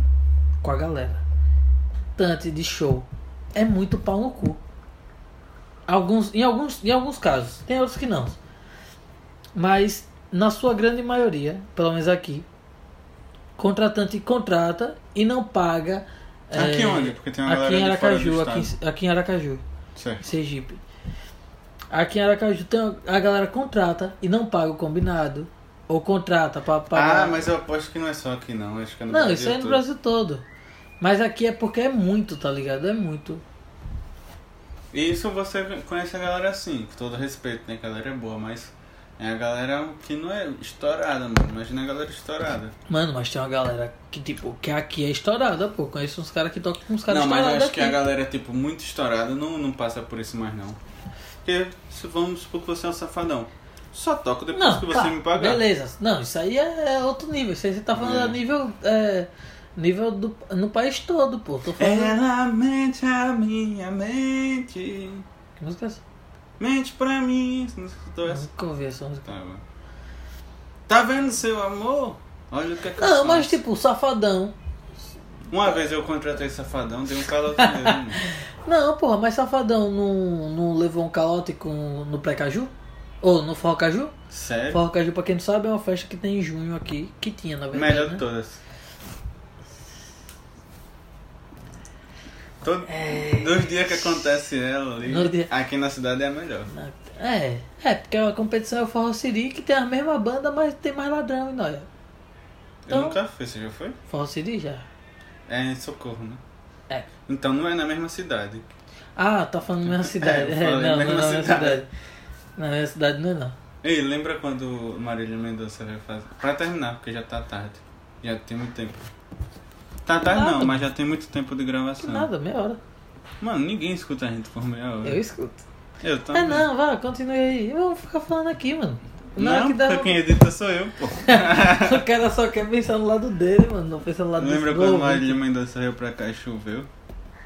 [SPEAKER 1] Com a galera. Tante de show. É muito pau no cu. Alguns, em, alguns, em alguns casos. Tem outros que não. Mas, na sua grande maioria, pelo menos aqui, contratante contrata e não paga.
[SPEAKER 2] Aqui
[SPEAKER 1] eh,
[SPEAKER 2] onde? Porque tem uma
[SPEAKER 1] aqui em
[SPEAKER 2] galera de fora do
[SPEAKER 1] Aracaju, aqui, em- aqui em Aracaju.
[SPEAKER 2] Certo.
[SPEAKER 1] Sergipe. Aqui em Aracaju tem, a galera contrata e não paga o combinado. Ou contrata pra pagar.
[SPEAKER 2] Ah, mas eu aposto que não é só aqui, não. Acho que é no
[SPEAKER 1] não,
[SPEAKER 2] Brasil
[SPEAKER 1] isso aí é no
[SPEAKER 2] todo.
[SPEAKER 1] Brasil todo. Mas aqui é porque é muito, tá ligado? É muito.
[SPEAKER 2] E isso você conhece a galera assim, com todo respeito, né? A galera é boa, mas É a galera que não é estourada, mano. Imagina a galera estourada.
[SPEAKER 1] Mano, mas tem uma galera que, tipo, que aqui é estourada, pô. Conheço uns caras que tocam com uns caras
[SPEAKER 2] não, mas
[SPEAKER 1] estourados
[SPEAKER 2] eu acho
[SPEAKER 1] aqui.
[SPEAKER 2] que a galera, tipo, muito estourada não, não passa por isso mais, não. Porque, se vamos supor que você é um safadão, só toca depois
[SPEAKER 1] Não,
[SPEAKER 2] que você
[SPEAKER 1] tá,
[SPEAKER 2] me pagar.
[SPEAKER 1] beleza. Não, isso aí é, é outro nível. Isso aí você tá falando
[SPEAKER 2] É.
[SPEAKER 1] a nível... é, nível do, no país todo, pô. Tô falando...
[SPEAKER 2] Ela mente a minha mente.
[SPEAKER 1] Que música é essa?
[SPEAKER 2] Mente pra mim. Você não escutou essa?
[SPEAKER 1] Nunca ouvi essa música.
[SPEAKER 2] Tá, bom. tá vendo seu amor? Olha o que é que eu
[SPEAKER 1] Não, mas
[SPEAKER 2] faço.
[SPEAKER 1] tipo, Safadão.
[SPEAKER 2] Uma vez eu contratei safadão, dei um calor nele, mano.
[SPEAKER 1] Não, porra, mas Safadão não, não levou um calote com, no pré-caju? Ou no Forró Caju?
[SPEAKER 2] Sério?
[SPEAKER 1] Forró Caju, pra quem não sabe, é uma festa que tem em junho aqui, que tinha, na verdade.
[SPEAKER 2] Melhor
[SPEAKER 1] né?
[SPEAKER 2] de todas. Todo,
[SPEAKER 1] É.
[SPEAKER 2] Dos dias que acontece ela ali,
[SPEAKER 1] No dia-
[SPEAKER 2] aqui na cidade é a melhor.
[SPEAKER 1] Na- É, é, porque a competição é o Forró Siri, que tem a mesma banda, mas tem mais ladrão e nóia.
[SPEAKER 2] Eu
[SPEAKER 1] Então-
[SPEAKER 2] nunca fui, você já foi?
[SPEAKER 1] Forró Siri já.
[SPEAKER 2] É em Socorro, né?
[SPEAKER 1] É.
[SPEAKER 2] Então não é na mesma cidade.
[SPEAKER 1] Ah, tá falando na minha cidade.
[SPEAKER 2] eu
[SPEAKER 1] É,
[SPEAKER 2] falei
[SPEAKER 1] não, não é
[SPEAKER 2] mesma
[SPEAKER 1] na minha
[SPEAKER 2] cidade. Ah.
[SPEAKER 1] cidade. Na minha cidade não é não.
[SPEAKER 2] Ei, lembra quando o Marília Mendonça veio fazer? Pra terminar, porque já tá tarde. Já tem muito tempo. Tá tarde
[SPEAKER 1] Nada.
[SPEAKER 2] não, mas já tem muito tempo de gravação.
[SPEAKER 1] Nada, meia hora.
[SPEAKER 2] Mano, ninguém escuta a gente por meia hora.
[SPEAKER 1] Eu escuto.
[SPEAKER 2] Eu também.
[SPEAKER 1] É não, vá, continue aí. Eu vou ficar falando aqui, mano. Na hora
[SPEAKER 2] Não,
[SPEAKER 1] que dá-
[SPEAKER 2] porque quem é. edita sou eu, pô.
[SPEAKER 1] O cara só quer pensar no lado dele, mano. Não pensa no lado
[SPEAKER 2] Lembra
[SPEAKER 1] desse
[SPEAKER 2] quando
[SPEAKER 1] povo.
[SPEAKER 2] Marília Mendonça veio pra cá e choveu?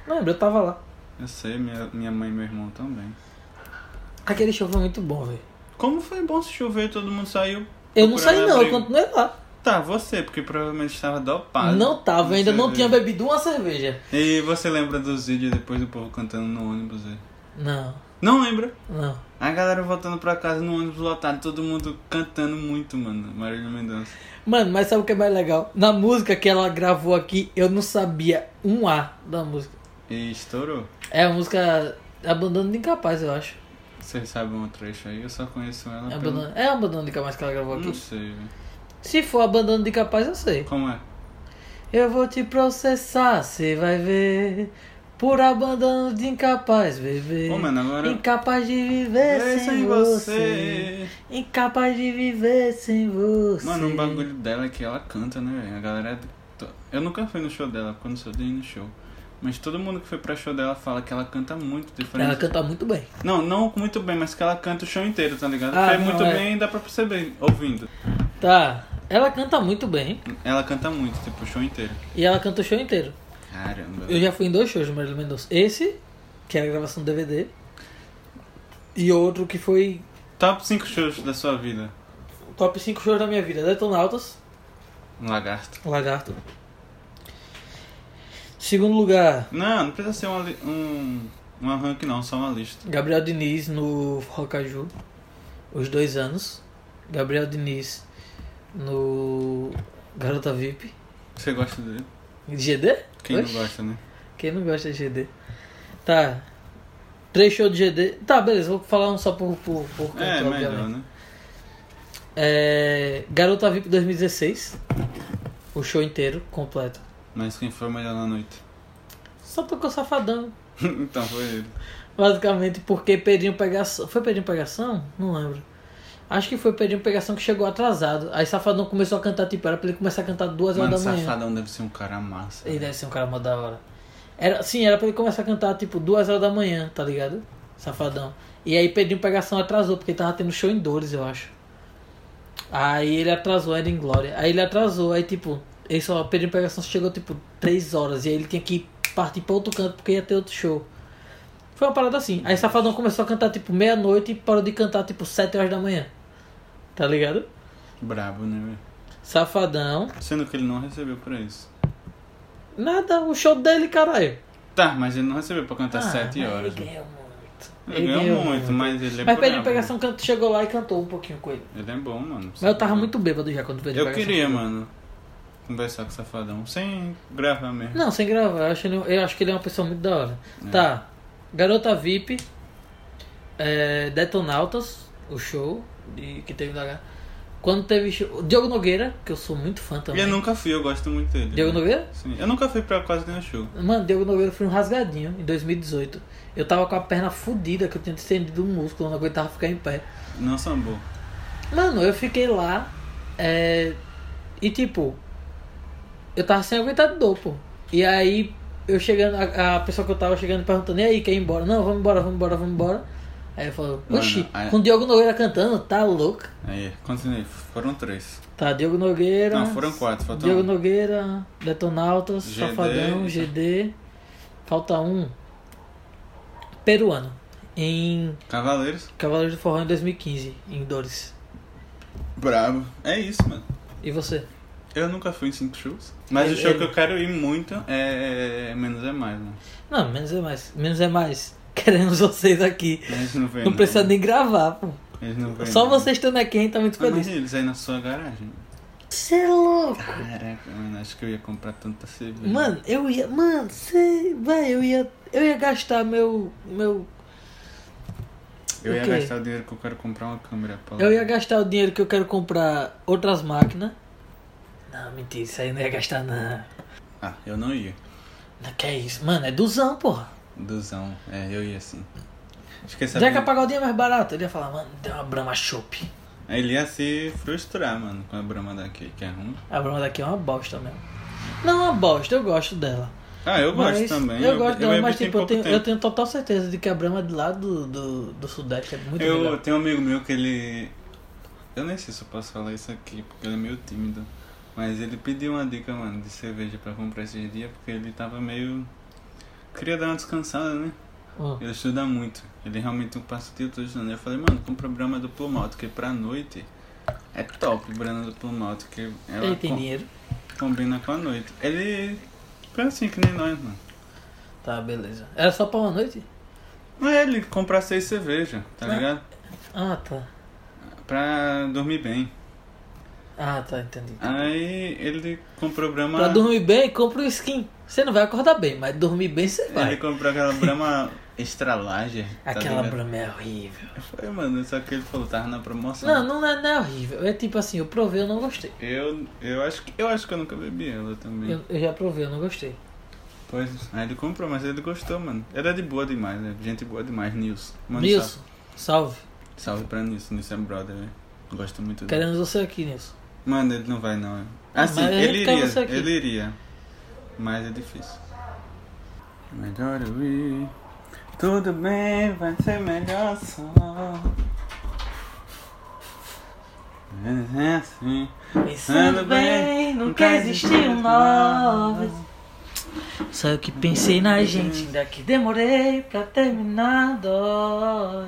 [SPEAKER 1] Lembra, eu tava lá.
[SPEAKER 2] Eu sei, minha, minha mãe e meu irmão também.
[SPEAKER 1] Aquele show foi muito bom, velho.
[SPEAKER 2] Como foi bom se chover e todo mundo saiu?
[SPEAKER 1] Eu não saí
[SPEAKER 2] Procurando
[SPEAKER 1] não, eu
[SPEAKER 2] abrigo.
[SPEAKER 1] continuei lá.
[SPEAKER 2] Tá, você, porque provavelmente estava dopado.
[SPEAKER 1] não tava, eu ainda não
[SPEAKER 2] sei.
[SPEAKER 1] tinha bebido uma cerveja.
[SPEAKER 2] E você lembra dos vídeos depois do povo cantando no ônibus? aí?
[SPEAKER 1] Não,
[SPEAKER 2] Não lembra?
[SPEAKER 1] não.
[SPEAKER 2] A galera voltando pra casa no ônibus lotado, todo mundo cantando muito, mano. Marília Mendonça.
[SPEAKER 1] Mano, mas sabe o que é mais legal? Na música que ela gravou aqui, eu não sabia um A da música.
[SPEAKER 2] E estourou.
[SPEAKER 1] É a música Abandono de Incapaz, eu acho.
[SPEAKER 2] Vocês sabem um trecho aí? Eu só conheço ela
[SPEAKER 1] É
[SPEAKER 2] pelo-
[SPEAKER 1] Abandono, é Abandono de Incapaz que ela gravou
[SPEAKER 2] um? Não
[SPEAKER 1] aqui.
[SPEAKER 2] sei, velho.
[SPEAKER 1] Se for Abandono de Incapaz, eu sei.
[SPEAKER 2] Como é?
[SPEAKER 1] Eu vou te processar, você vai ver. Por abandono de incapaz, bebê.
[SPEAKER 2] Ô, mano, agora...
[SPEAKER 1] Incapaz de viver
[SPEAKER 2] Vê
[SPEAKER 1] é sem, você. Incapaz de viver sem você.
[SPEAKER 2] Mano, um bagulho dela é que ela canta, né, velho? A galera. to- Eu nunca fui no show dela, quando sou de ir no show. Mas todo mundo que foi pra show dela fala que ela canta muito diferente.
[SPEAKER 1] Ela canta muito bem.
[SPEAKER 2] Não, não muito bem, mas que ela canta o show inteiro, tá ligado?
[SPEAKER 1] Ah,
[SPEAKER 2] Porque
[SPEAKER 1] não,
[SPEAKER 2] muito
[SPEAKER 1] é.
[SPEAKER 2] bem dá pra perceber, ouvindo.
[SPEAKER 1] Tá. Ela canta muito bem.
[SPEAKER 2] Ela canta muito, tipo, o show inteiro.
[SPEAKER 1] E ela canta o show inteiro.
[SPEAKER 2] Caramba.
[SPEAKER 1] Eu já fui em dois shows de Marília Mendonça. Esse, que era a gravação do DVD. E outro que foi
[SPEAKER 2] Top 5 shows da sua vida,
[SPEAKER 1] top 5 shows da minha vida. Detonautas,
[SPEAKER 2] um lagarto.
[SPEAKER 1] Lagarto. Segundo lugar,
[SPEAKER 2] Não, não precisa ser uma li- um, um rank não, só uma lista.
[SPEAKER 1] Gabriel Diniz no Rocaju, os dois anos. Gabriel Diniz no Garota VIP.
[SPEAKER 2] Você gosta dele?
[SPEAKER 1] GD?
[SPEAKER 2] Quem
[SPEAKER 1] Oxe,
[SPEAKER 2] não gosta, né?
[SPEAKER 1] Quem não gosta de GD? Tá. Três shows de GD. Tá, beleza, vou falar um só por, por, por canto,
[SPEAKER 2] É, melhor,
[SPEAKER 1] obviamente.
[SPEAKER 2] né?
[SPEAKER 1] É, Garota VIP 2016. O show inteiro, completo.
[SPEAKER 2] Mas quem foi o melhor na noite?
[SPEAKER 1] Só tocou safadão.
[SPEAKER 2] então foi ele.
[SPEAKER 1] Basicamente porque Pedrinho Pegação. Foi Pedrinho Pegação? Não lembro. Acho que foi Pedrinho Pegação que chegou atrasado. Aí Safadão começou a cantar, tipo, era pra ele começar a cantar duas
[SPEAKER 2] Mano,
[SPEAKER 1] horas da manhã.
[SPEAKER 2] safadão deve ser um cara massa.
[SPEAKER 1] Ele deve ser um cara mó da hora. Era, sim, era pra ele começar a cantar, tipo, duas horas da manhã, tá ligado? Safadão. E aí Pedrinho Pegação atrasou, porque ele tava tendo show em Dores, eu acho. Aí ele atrasou, era em Glória. Aí ele atrasou, aí tipo, ele só, Pedrinho Pegação chegou tipo três horas. E aí ele tinha que partir pra outro canto, porque ia ter outro show. Foi uma parada assim. Aí Safadão começou a cantar tipo meia-noite e parou de cantar tipo sete horas da manhã. Tá ligado?
[SPEAKER 2] Brabo, né, velho?
[SPEAKER 1] Safadão.
[SPEAKER 2] Sendo que ele não recebeu pra isso.
[SPEAKER 1] Nada, o show dele, caralho.
[SPEAKER 2] Tá, mas ele não recebeu pra cantar sete
[SPEAKER 1] Ah, mas
[SPEAKER 2] horas.
[SPEAKER 1] Ele
[SPEAKER 2] né?
[SPEAKER 1] ganhou muito.
[SPEAKER 2] Ele ganhou muito, mas ele é
[SPEAKER 1] né? Mas Pedrinho
[SPEAKER 2] brabo.
[SPEAKER 1] Pegação canto- chegou lá e cantou um pouquinho com ele.
[SPEAKER 2] Ele é bom, mano.
[SPEAKER 1] Mas eu tava muito bêbado já quando Pedrinho
[SPEAKER 2] Eu
[SPEAKER 1] Pegação.
[SPEAKER 2] queria, mano, conversar com o Safadão. Sem gravar mesmo.
[SPEAKER 1] Não, sem gravar. Eu acho, ele, eu acho que ele é uma pessoa muito da hora.
[SPEAKER 2] É.
[SPEAKER 1] Tá. Garota VIP. é, Detonautas. O show de, que teve da Quando teve show. Diogo Nogueira, que eu sou muito fã
[SPEAKER 2] E
[SPEAKER 1] também.
[SPEAKER 2] eu nunca fui, eu gosto muito dele.
[SPEAKER 1] né?
[SPEAKER 2] né?
[SPEAKER 1] Diogo Nogueira?
[SPEAKER 2] Sim. Eu nunca fui pra quase nenhum show.
[SPEAKER 1] Mano, Diogo Nogueira foi um rasgadinho em 2018. Eu tava com a perna fudida que eu tinha distendido um músculo, eu não aguentava ficar em pé.
[SPEAKER 2] Não sambou.
[SPEAKER 1] Mano, eu fiquei lá é, e tipo, eu tava sem aguentar de dor, pô. E aí eu chegando, a, a pessoa que eu tava chegando perguntando, e aí, quer ir embora? Não, vamos embora, vamos embora, vamos embora. Aí eu falo,
[SPEAKER 2] Mano,
[SPEAKER 1] oxi,
[SPEAKER 2] aí-
[SPEAKER 1] com o Diogo Nogueira cantando, tá louco?
[SPEAKER 2] Aí, continue. Foram três.
[SPEAKER 1] Tá, Diogo Nogueira.
[SPEAKER 2] Não, foram quatro, faltou
[SPEAKER 1] Diogo
[SPEAKER 2] um.
[SPEAKER 1] Nogueira, Detonautas,
[SPEAKER 2] GD.
[SPEAKER 1] Safadão, GD. Falta um. Peruano. Em
[SPEAKER 2] Cavaleiros.
[SPEAKER 1] Cavaleiros do Forró em 2015, em Dores.
[SPEAKER 2] Bravo. É isso, mano.
[SPEAKER 1] E você?
[SPEAKER 2] Eu nunca fui em cinco shows. Mas o
[SPEAKER 1] Ele-
[SPEAKER 2] show que
[SPEAKER 1] ele-
[SPEAKER 2] eu quero ir muito é Menos é Mais, né?
[SPEAKER 1] Não, menos é mais. Menos é mais. Queremos vocês aqui.
[SPEAKER 2] Eles não vêm. né?
[SPEAKER 1] Não precisa nem gravar, pô.
[SPEAKER 2] Eles não vêm.
[SPEAKER 1] Só
[SPEAKER 2] não.
[SPEAKER 1] vocês estando aqui, a gente tá muito
[SPEAKER 2] Ah, mas
[SPEAKER 1] feliz.
[SPEAKER 2] eles aí na sua garagem.
[SPEAKER 1] Você é louco.
[SPEAKER 2] Caraca, mano, acho que eu ia comprar tanta cerveja.
[SPEAKER 1] Mano, eu ia. Mano, você. Vai, eu ia. Eu ia gastar meu. meu.
[SPEAKER 2] eu ia
[SPEAKER 1] o quê?
[SPEAKER 2] gastar o dinheiro que eu quero comprar uma câmera. Pra lá.
[SPEAKER 1] Eu ia gastar o dinheiro que eu quero comprar outras máquinas. Não, mentira, isso aí eu não ia gastar, não.
[SPEAKER 2] Ah, eu não ia.
[SPEAKER 1] Não que é isso? Mano, é duzão, porra.
[SPEAKER 2] Duzão. É, eu ia sim. Esqueci
[SPEAKER 1] Já que a pagodinha é mais barata, ele ia falar, mano, tem uma Brahma Chopp.
[SPEAKER 2] Ele ia se frustrar, mano, com a brama daqui, que é ruim.
[SPEAKER 1] A Brahma daqui é uma bosta mesmo. Não é uma bosta, eu gosto dela.
[SPEAKER 2] Ah, eu gosto
[SPEAKER 1] Mas
[SPEAKER 2] também.
[SPEAKER 1] Eu gosto dela,
[SPEAKER 2] bebi
[SPEAKER 1] mas
[SPEAKER 2] tem
[SPEAKER 1] tipo, eu
[SPEAKER 2] pouco
[SPEAKER 1] tenho,
[SPEAKER 2] tempo.
[SPEAKER 1] eu tenho total certeza de que a Brahma é de lá do, do, do Sudeste é muito
[SPEAKER 2] Eu
[SPEAKER 1] melhor.
[SPEAKER 2] tenho um amigo meu que ele. Eu nem sei se eu posso falar isso aqui, porque ele é meio tímido. Mas ele pediu uma dica, mano, de cerveja pra comprar esses dias, porque ele tava meio. Queria dar uma descansada, né?
[SPEAKER 1] Hum.
[SPEAKER 2] Ele estuda muito. Ele realmente um passa o dia todo estudando. né? Eu falei, mano, compra Brahma duplo malte, que pra noite é top Brahma duplo malte, que ela
[SPEAKER 1] Ele tem
[SPEAKER 2] com-
[SPEAKER 1] dinheiro.
[SPEAKER 2] combina com a noite. Ele. Foi assim que nem nós, mano.
[SPEAKER 1] Tá, beleza. Era só pra uma noite?
[SPEAKER 2] Mas ele compra seis cerveja, tá
[SPEAKER 1] Ah.
[SPEAKER 2] ligado?
[SPEAKER 1] Ah, tá.
[SPEAKER 2] Pra dormir bem.
[SPEAKER 1] Ah, tá, entendi.
[SPEAKER 2] Aí ele comprou Brahma.
[SPEAKER 1] Pra dormir bem, compra o skin. Você não vai acordar bem, mas dormir bem você
[SPEAKER 2] Ele
[SPEAKER 1] vai.
[SPEAKER 2] comprou aquela Brahma extra large. tá
[SPEAKER 1] Aquela
[SPEAKER 2] ligado?
[SPEAKER 1] Brahma é horrível.
[SPEAKER 2] Eu falei, mano, só que ele falou, tava na promoção.
[SPEAKER 1] Não, não é, não é horrível. É tipo assim, eu provei, eu não gostei.
[SPEAKER 2] Eu, eu, acho que, eu acho que eu nunca bebi ela também.
[SPEAKER 1] Eu, eu já provei, eu não gostei.
[SPEAKER 2] Pois, aí ele comprou, mas ele gostou, mano. Ele é de boa demais, né? Gente boa demais, Nilson. Mano,
[SPEAKER 1] Nilson, salve.
[SPEAKER 2] Salve, salve pra Nilson, Nilson é brother, velho. Gosto muito dele.
[SPEAKER 1] Queremos você aqui, Nilson.
[SPEAKER 2] Mano, ele não vai não. é. Assim,
[SPEAKER 1] Ah, mas a
[SPEAKER 2] ele
[SPEAKER 1] gente quer
[SPEAKER 2] iria,
[SPEAKER 1] você aqui.
[SPEAKER 2] ele iria. Mas é difícil. Melhor eu ir. Tudo bem, vai ser melhor só. É assim.
[SPEAKER 1] Pensando bem, nunca existiu um novas. Só que pensei
[SPEAKER 2] Hum.
[SPEAKER 1] na gente, ainda que demorei pra terminar dói.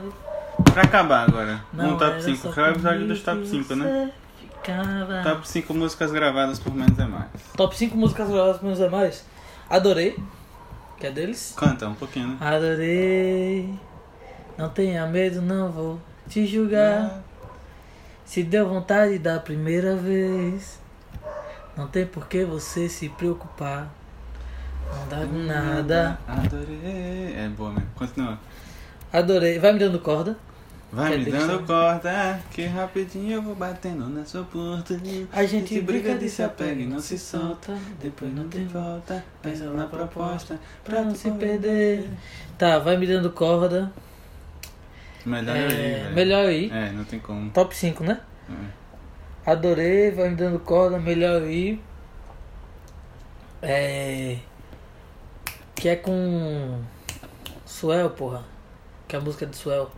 [SPEAKER 2] Pra acabar agora. um top
[SPEAKER 1] era
[SPEAKER 2] 5.
[SPEAKER 1] só
[SPEAKER 2] Que é o episódio
[SPEAKER 1] comigo
[SPEAKER 2] dos top
[SPEAKER 1] que
[SPEAKER 2] 5, né?
[SPEAKER 1] você Ficava.
[SPEAKER 2] Top 5 músicas gravadas por menos é mais.
[SPEAKER 1] Top 5 músicas gravadas menos é mais. Adorei. Que é deles.
[SPEAKER 2] Canta um pouquinho, né?
[SPEAKER 1] Adorei. Não tenha medo, não vou te
[SPEAKER 2] Ah.
[SPEAKER 1] julgar. Se deu vontade da primeira vez. Não tem por que você se preocupar. Não dá
[SPEAKER 2] Hum,
[SPEAKER 1] nada.
[SPEAKER 2] Adorei. É boa mesmo. Continua.
[SPEAKER 1] Adorei. Vai me dando corda.
[SPEAKER 2] Vai
[SPEAKER 1] Quer
[SPEAKER 2] me
[SPEAKER 1] deixar?
[SPEAKER 2] dando corda, que rapidinho eu vou batendo na sua porta.
[SPEAKER 1] A gente
[SPEAKER 2] Se
[SPEAKER 1] briga de se apega e não se solta.
[SPEAKER 2] Depois não tem volta, pensa na proposta
[SPEAKER 1] Pra não se perder. Tá, vai me dando corda.
[SPEAKER 2] Melhor eu ir,
[SPEAKER 1] É,
[SPEAKER 2] velho.
[SPEAKER 1] melhor ir.
[SPEAKER 2] É, não tem como.
[SPEAKER 1] Top 5, né?
[SPEAKER 2] É.
[SPEAKER 1] Adorei, vai me dando corda, melhor eu ir. É. Que é com. Suel, porra. Que é a música de Suel.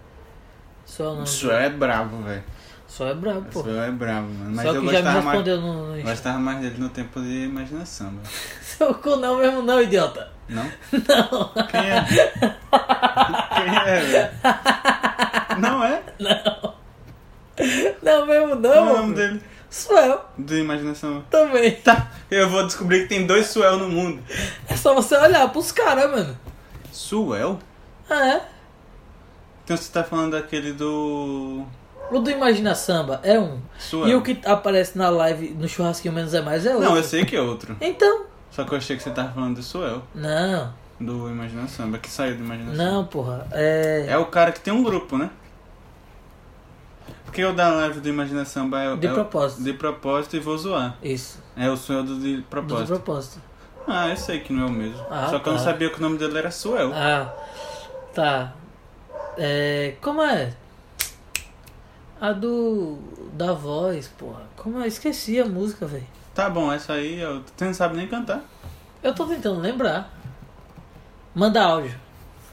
[SPEAKER 1] Suel não.
[SPEAKER 2] O Suel é brabo, velho.
[SPEAKER 1] Suel é brabo,
[SPEAKER 2] O
[SPEAKER 1] porra.
[SPEAKER 2] Suel é brabo, mano. Mas
[SPEAKER 1] Só
[SPEAKER 2] eu
[SPEAKER 1] que já me
[SPEAKER 2] gostava mais,
[SPEAKER 1] respondeu no, no Insta.
[SPEAKER 2] gostava mais dele no tempo de imaginação, velho.
[SPEAKER 1] Seu cu não mesmo, não, idiota.
[SPEAKER 2] Não? Não. Quem é? Quem é, velho? Não é?
[SPEAKER 1] Não mesmo,
[SPEAKER 2] Qual
[SPEAKER 1] não.
[SPEAKER 2] é o nome
[SPEAKER 1] meu.
[SPEAKER 2] dele?
[SPEAKER 1] Suel
[SPEAKER 2] De imaginação.
[SPEAKER 1] também.
[SPEAKER 2] Tá, eu vou descobrir que tem dois Suel no mundo.
[SPEAKER 1] É só você olhar pros caras, mano.
[SPEAKER 2] Suel?
[SPEAKER 1] É.
[SPEAKER 2] Então você tá falando daquele do.
[SPEAKER 1] O do Imagina Samba é um.
[SPEAKER 2] Suel.
[SPEAKER 1] E o que aparece na live no churrasquinho menos é mais é outro.
[SPEAKER 2] Não, eu sei que é outro.
[SPEAKER 1] Então.
[SPEAKER 2] Só que eu achei que você tava falando do Suel,
[SPEAKER 1] Não.
[SPEAKER 2] do Imagina Samba, que saiu do Imagina Samba.
[SPEAKER 1] Não, porra. É.
[SPEAKER 2] É o cara que tem um grupo, né? Porque o da live do Imagina Samba é, o-
[SPEAKER 1] De
[SPEAKER 2] é o-
[SPEAKER 1] propósito.
[SPEAKER 2] de propósito e vou zoar.
[SPEAKER 1] Isso.
[SPEAKER 2] É o Suel do de
[SPEAKER 1] Do
[SPEAKER 2] propósito.
[SPEAKER 1] propósito.
[SPEAKER 2] Ah, eu sei que não é o mesmo.
[SPEAKER 1] Ah,
[SPEAKER 2] Só que eu não
[SPEAKER 1] tá.
[SPEAKER 2] sabia que o nome dele era Suel.
[SPEAKER 1] Ah. Tá. É. Como é? A do. Da voz, porra. Como eu esqueci a música, velho.
[SPEAKER 2] Tá bom, essa aí eu... você não sabe nem cantar.
[SPEAKER 1] Eu tô tentando lembrar. Manda áudio.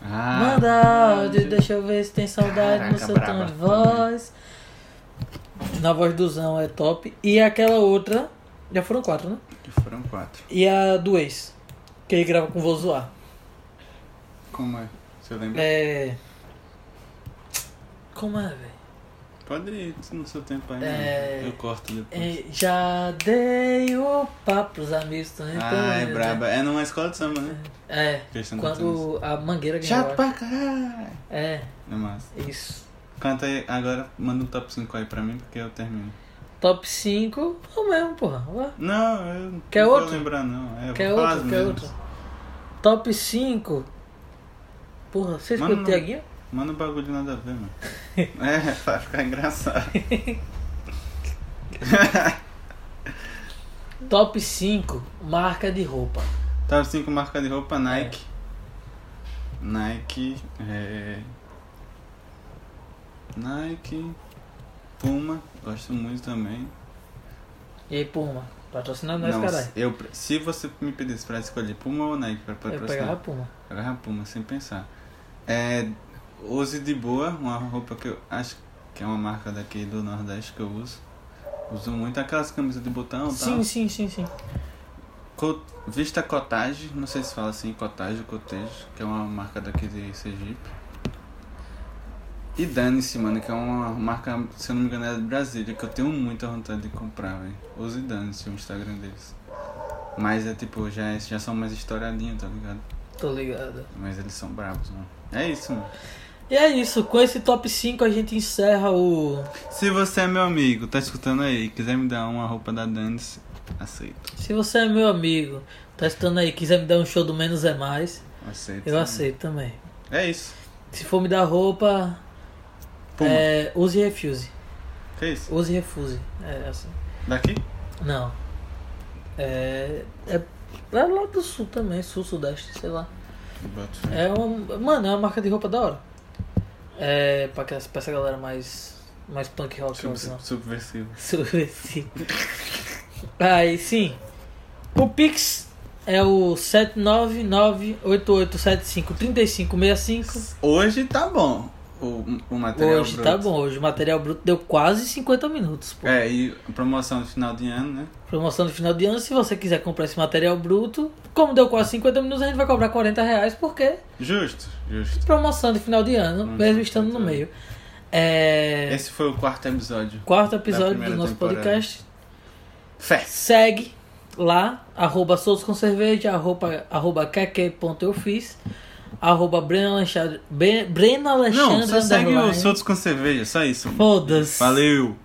[SPEAKER 2] Ah,
[SPEAKER 1] Manda áudio, deixa eu ver se tem saudade no
[SPEAKER 2] Caraca,
[SPEAKER 1] seu tom
[SPEAKER 2] braba.
[SPEAKER 1] de voz. Na voz do Zão é top. E aquela outra. Já foram quatro, né?
[SPEAKER 2] Foram quatro.
[SPEAKER 1] E a do ex. Que ele grava com o Vou Zoar.
[SPEAKER 2] Como é? Você lembra?
[SPEAKER 1] É. Como é, velho?
[SPEAKER 2] Pode ir no seu tempo aí.
[SPEAKER 1] É.
[SPEAKER 2] né? Eu corto depois.
[SPEAKER 1] É, já dei o papo pros amigos também.
[SPEAKER 2] Ah,
[SPEAKER 1] né?
[SPEAKER 2] é braba. É numa escola de samba, né?
[SPEAKER 1] É.
[SPEAKER 2] Que eles estão cantando
[SPEAKER 1] Quando a mangueira ganhou.
[SPEAKER 2] Chato
[SPEAKER 1] É, eu
[SPEAKER 2] pra caralho.
[SPEAKER 1] acho. É,
[SPEAKER 2] É massa.
[SPEAKER 1] isso.
[SPEAKER 2] Canta aí, agora manda um top 5 aí pra mim, porque eu termino.
[SPEAKER 1] Top 5, o mesmo, porra. Vá.
[SPEAKER 2] Não, eu não
[SPEAKER 1] Quer
[SPEAKER 2] vou
[SPEAKER 1] outro?
[SPEAKER 2] lembrar, não. É, eu
[SPEAKER 1] Quer
[SPEAKER 2] vou falar
[SPEAKER 1] outro?
[SPEAKER 2] as
[SPEAKER 1] Quer
[SPEAKER 2] mesmas.
[SPEAKER 1] outro? Top 5. Porra, você
[SPEAKER 2] Mano,
[SPEAKER 1] escuta o
[SPEAKER 2] não.
[SPEAKER 1] Tiaguinho?
[SPEAKER 2] Manda um bagulho nada a ver, mano. é, vai ficar engraçado.
[SPEAKER 1] Top 5, marca de roupa.
[SPEAKER 2] Top 5 marca de roupa, Nike. Nike. É... Nike. Puma. Gosto muito também.
[SPEAKER 1] E aí, Puma? Patrocina nós, caralho.
[SPEAKER 2] eu, se você me pedisse pra escolher Puma ou Nike pra
[SPEAKER 1] Eu
[SPEAKER 2] patrocinar,
[SPEAKER 1] pegava a Puma.
[SPEAKER 2] eu agarrava Puma sem pensar. É, use de boa, uma roupa que eu acho que é uma marca daqui do Nordeste que eu uso. Uso muito aquelas camisas de botão e tal.
[SPEAKER 1] Sim, sim, sim, sim.
[SPEAKER 2] Co- Vista Cottage, não sei se fala assim, Cottage ou Cottage, que é uma marca daqui de Sergipe. E dane-se, mano, que é uma marca, se eu não me engano, é de Brasília, que eu tenho muita vontade de comprar, velho. Use dane-se o Instagram deles. Mas é tipo, já, já são mais estouradinhos, tá ligado?
[SPEAKER 1] Tô ligado.
[SPEAKER 2] Mas eles são bravos, mano. É isso, mano.
[SPEAKER 1] E é isso, com esse top 5 a gente encerra o.
[SPEAKER 2] Se você é meu amigo, tá escutando aí, quiser me dar uma roupa da dane-se, aceito.
[SPEAKER 1] Se você é meu amigo, tá estando aí, quiser me dar um show do Menos é Mais,
[SPEAKER 2] Aceito.
[SPEAKER 1] eu aceito também.
[SPEAKER 2] É isso.
[SPEAKER 1] Se for me dar roupa,
[SPEAKER 2] Puma.
[SPEAKER 1] é, use e refuse.
[SPEAKER 2] Que isso?
[SPEAKER 1] Use e refuse. É assim.
[SPEAKER 2] Daqui?
[SPEAKER 1] Não. É. É é lá do sul também, sul, sudeste, sei lá.
[SPEAKER 2] Boto fé.
[SPEAKER 1] É uma. Mano, é uma marca de roupa da hora. É. Pra, aquelas- pra essa galera mais. Mais punk rock,
[SPEAKER 2] Sub-
[SPEAKER 1] assim.
[SPEAKER 2] subversivo.
[SPEAKER 1] Subversivo. Aí sim. O Pix é o 79988753565.
[SPEAKER 2] Hoje tá bom. O, o material
[SPEAKER 1] Hoje
[SPEAKER 2] bruto.
[SPEAKER 1] tá bom, hoje o material bruto deu quase 50 minutos. Pô.
[SPEAKER 2] É, e promoção no final de ano, né?
[SPEAKER 1] Promoção do final de ano, se você quiser comprar esse material bruto, como deu quase 50 minutos, a gente vai cobrar 40 reais, porque
[SPEAKER 2] Justo, justo.
[SPEAKER 1] promoção de final de ano,
[SPEAKER 2] Hum,
[SPEAKER 1] mesmo estando no
[SPEAKER 2] tá.
[SPEAKER 1] meio. É...
[SPEAKER 2] Esse foi o quarto episódio.
[SPEAKER 1] Quarto episódio do
[SPEAKER 2] primeira
[SPEAKER 1] nosso
[SPEAKER 2] temporada.
[SPEAKER 1] podcast.
[SPEAKER 2] Fé.
[SPEAKER 1] Segue lá, arroba Souza com Cerveja, arroba, arroba keke.eufiz, arroba Breno Alexandre, Bre- Breno Alexandre
[SPEAKER 2] Não, só segue
[SPEAKER 1] underline.
[SPEAKER 2] os outros com cerveja, só isso.
[SPEAKER 1] Foda-se.
[SPEAKER 2] Valeu!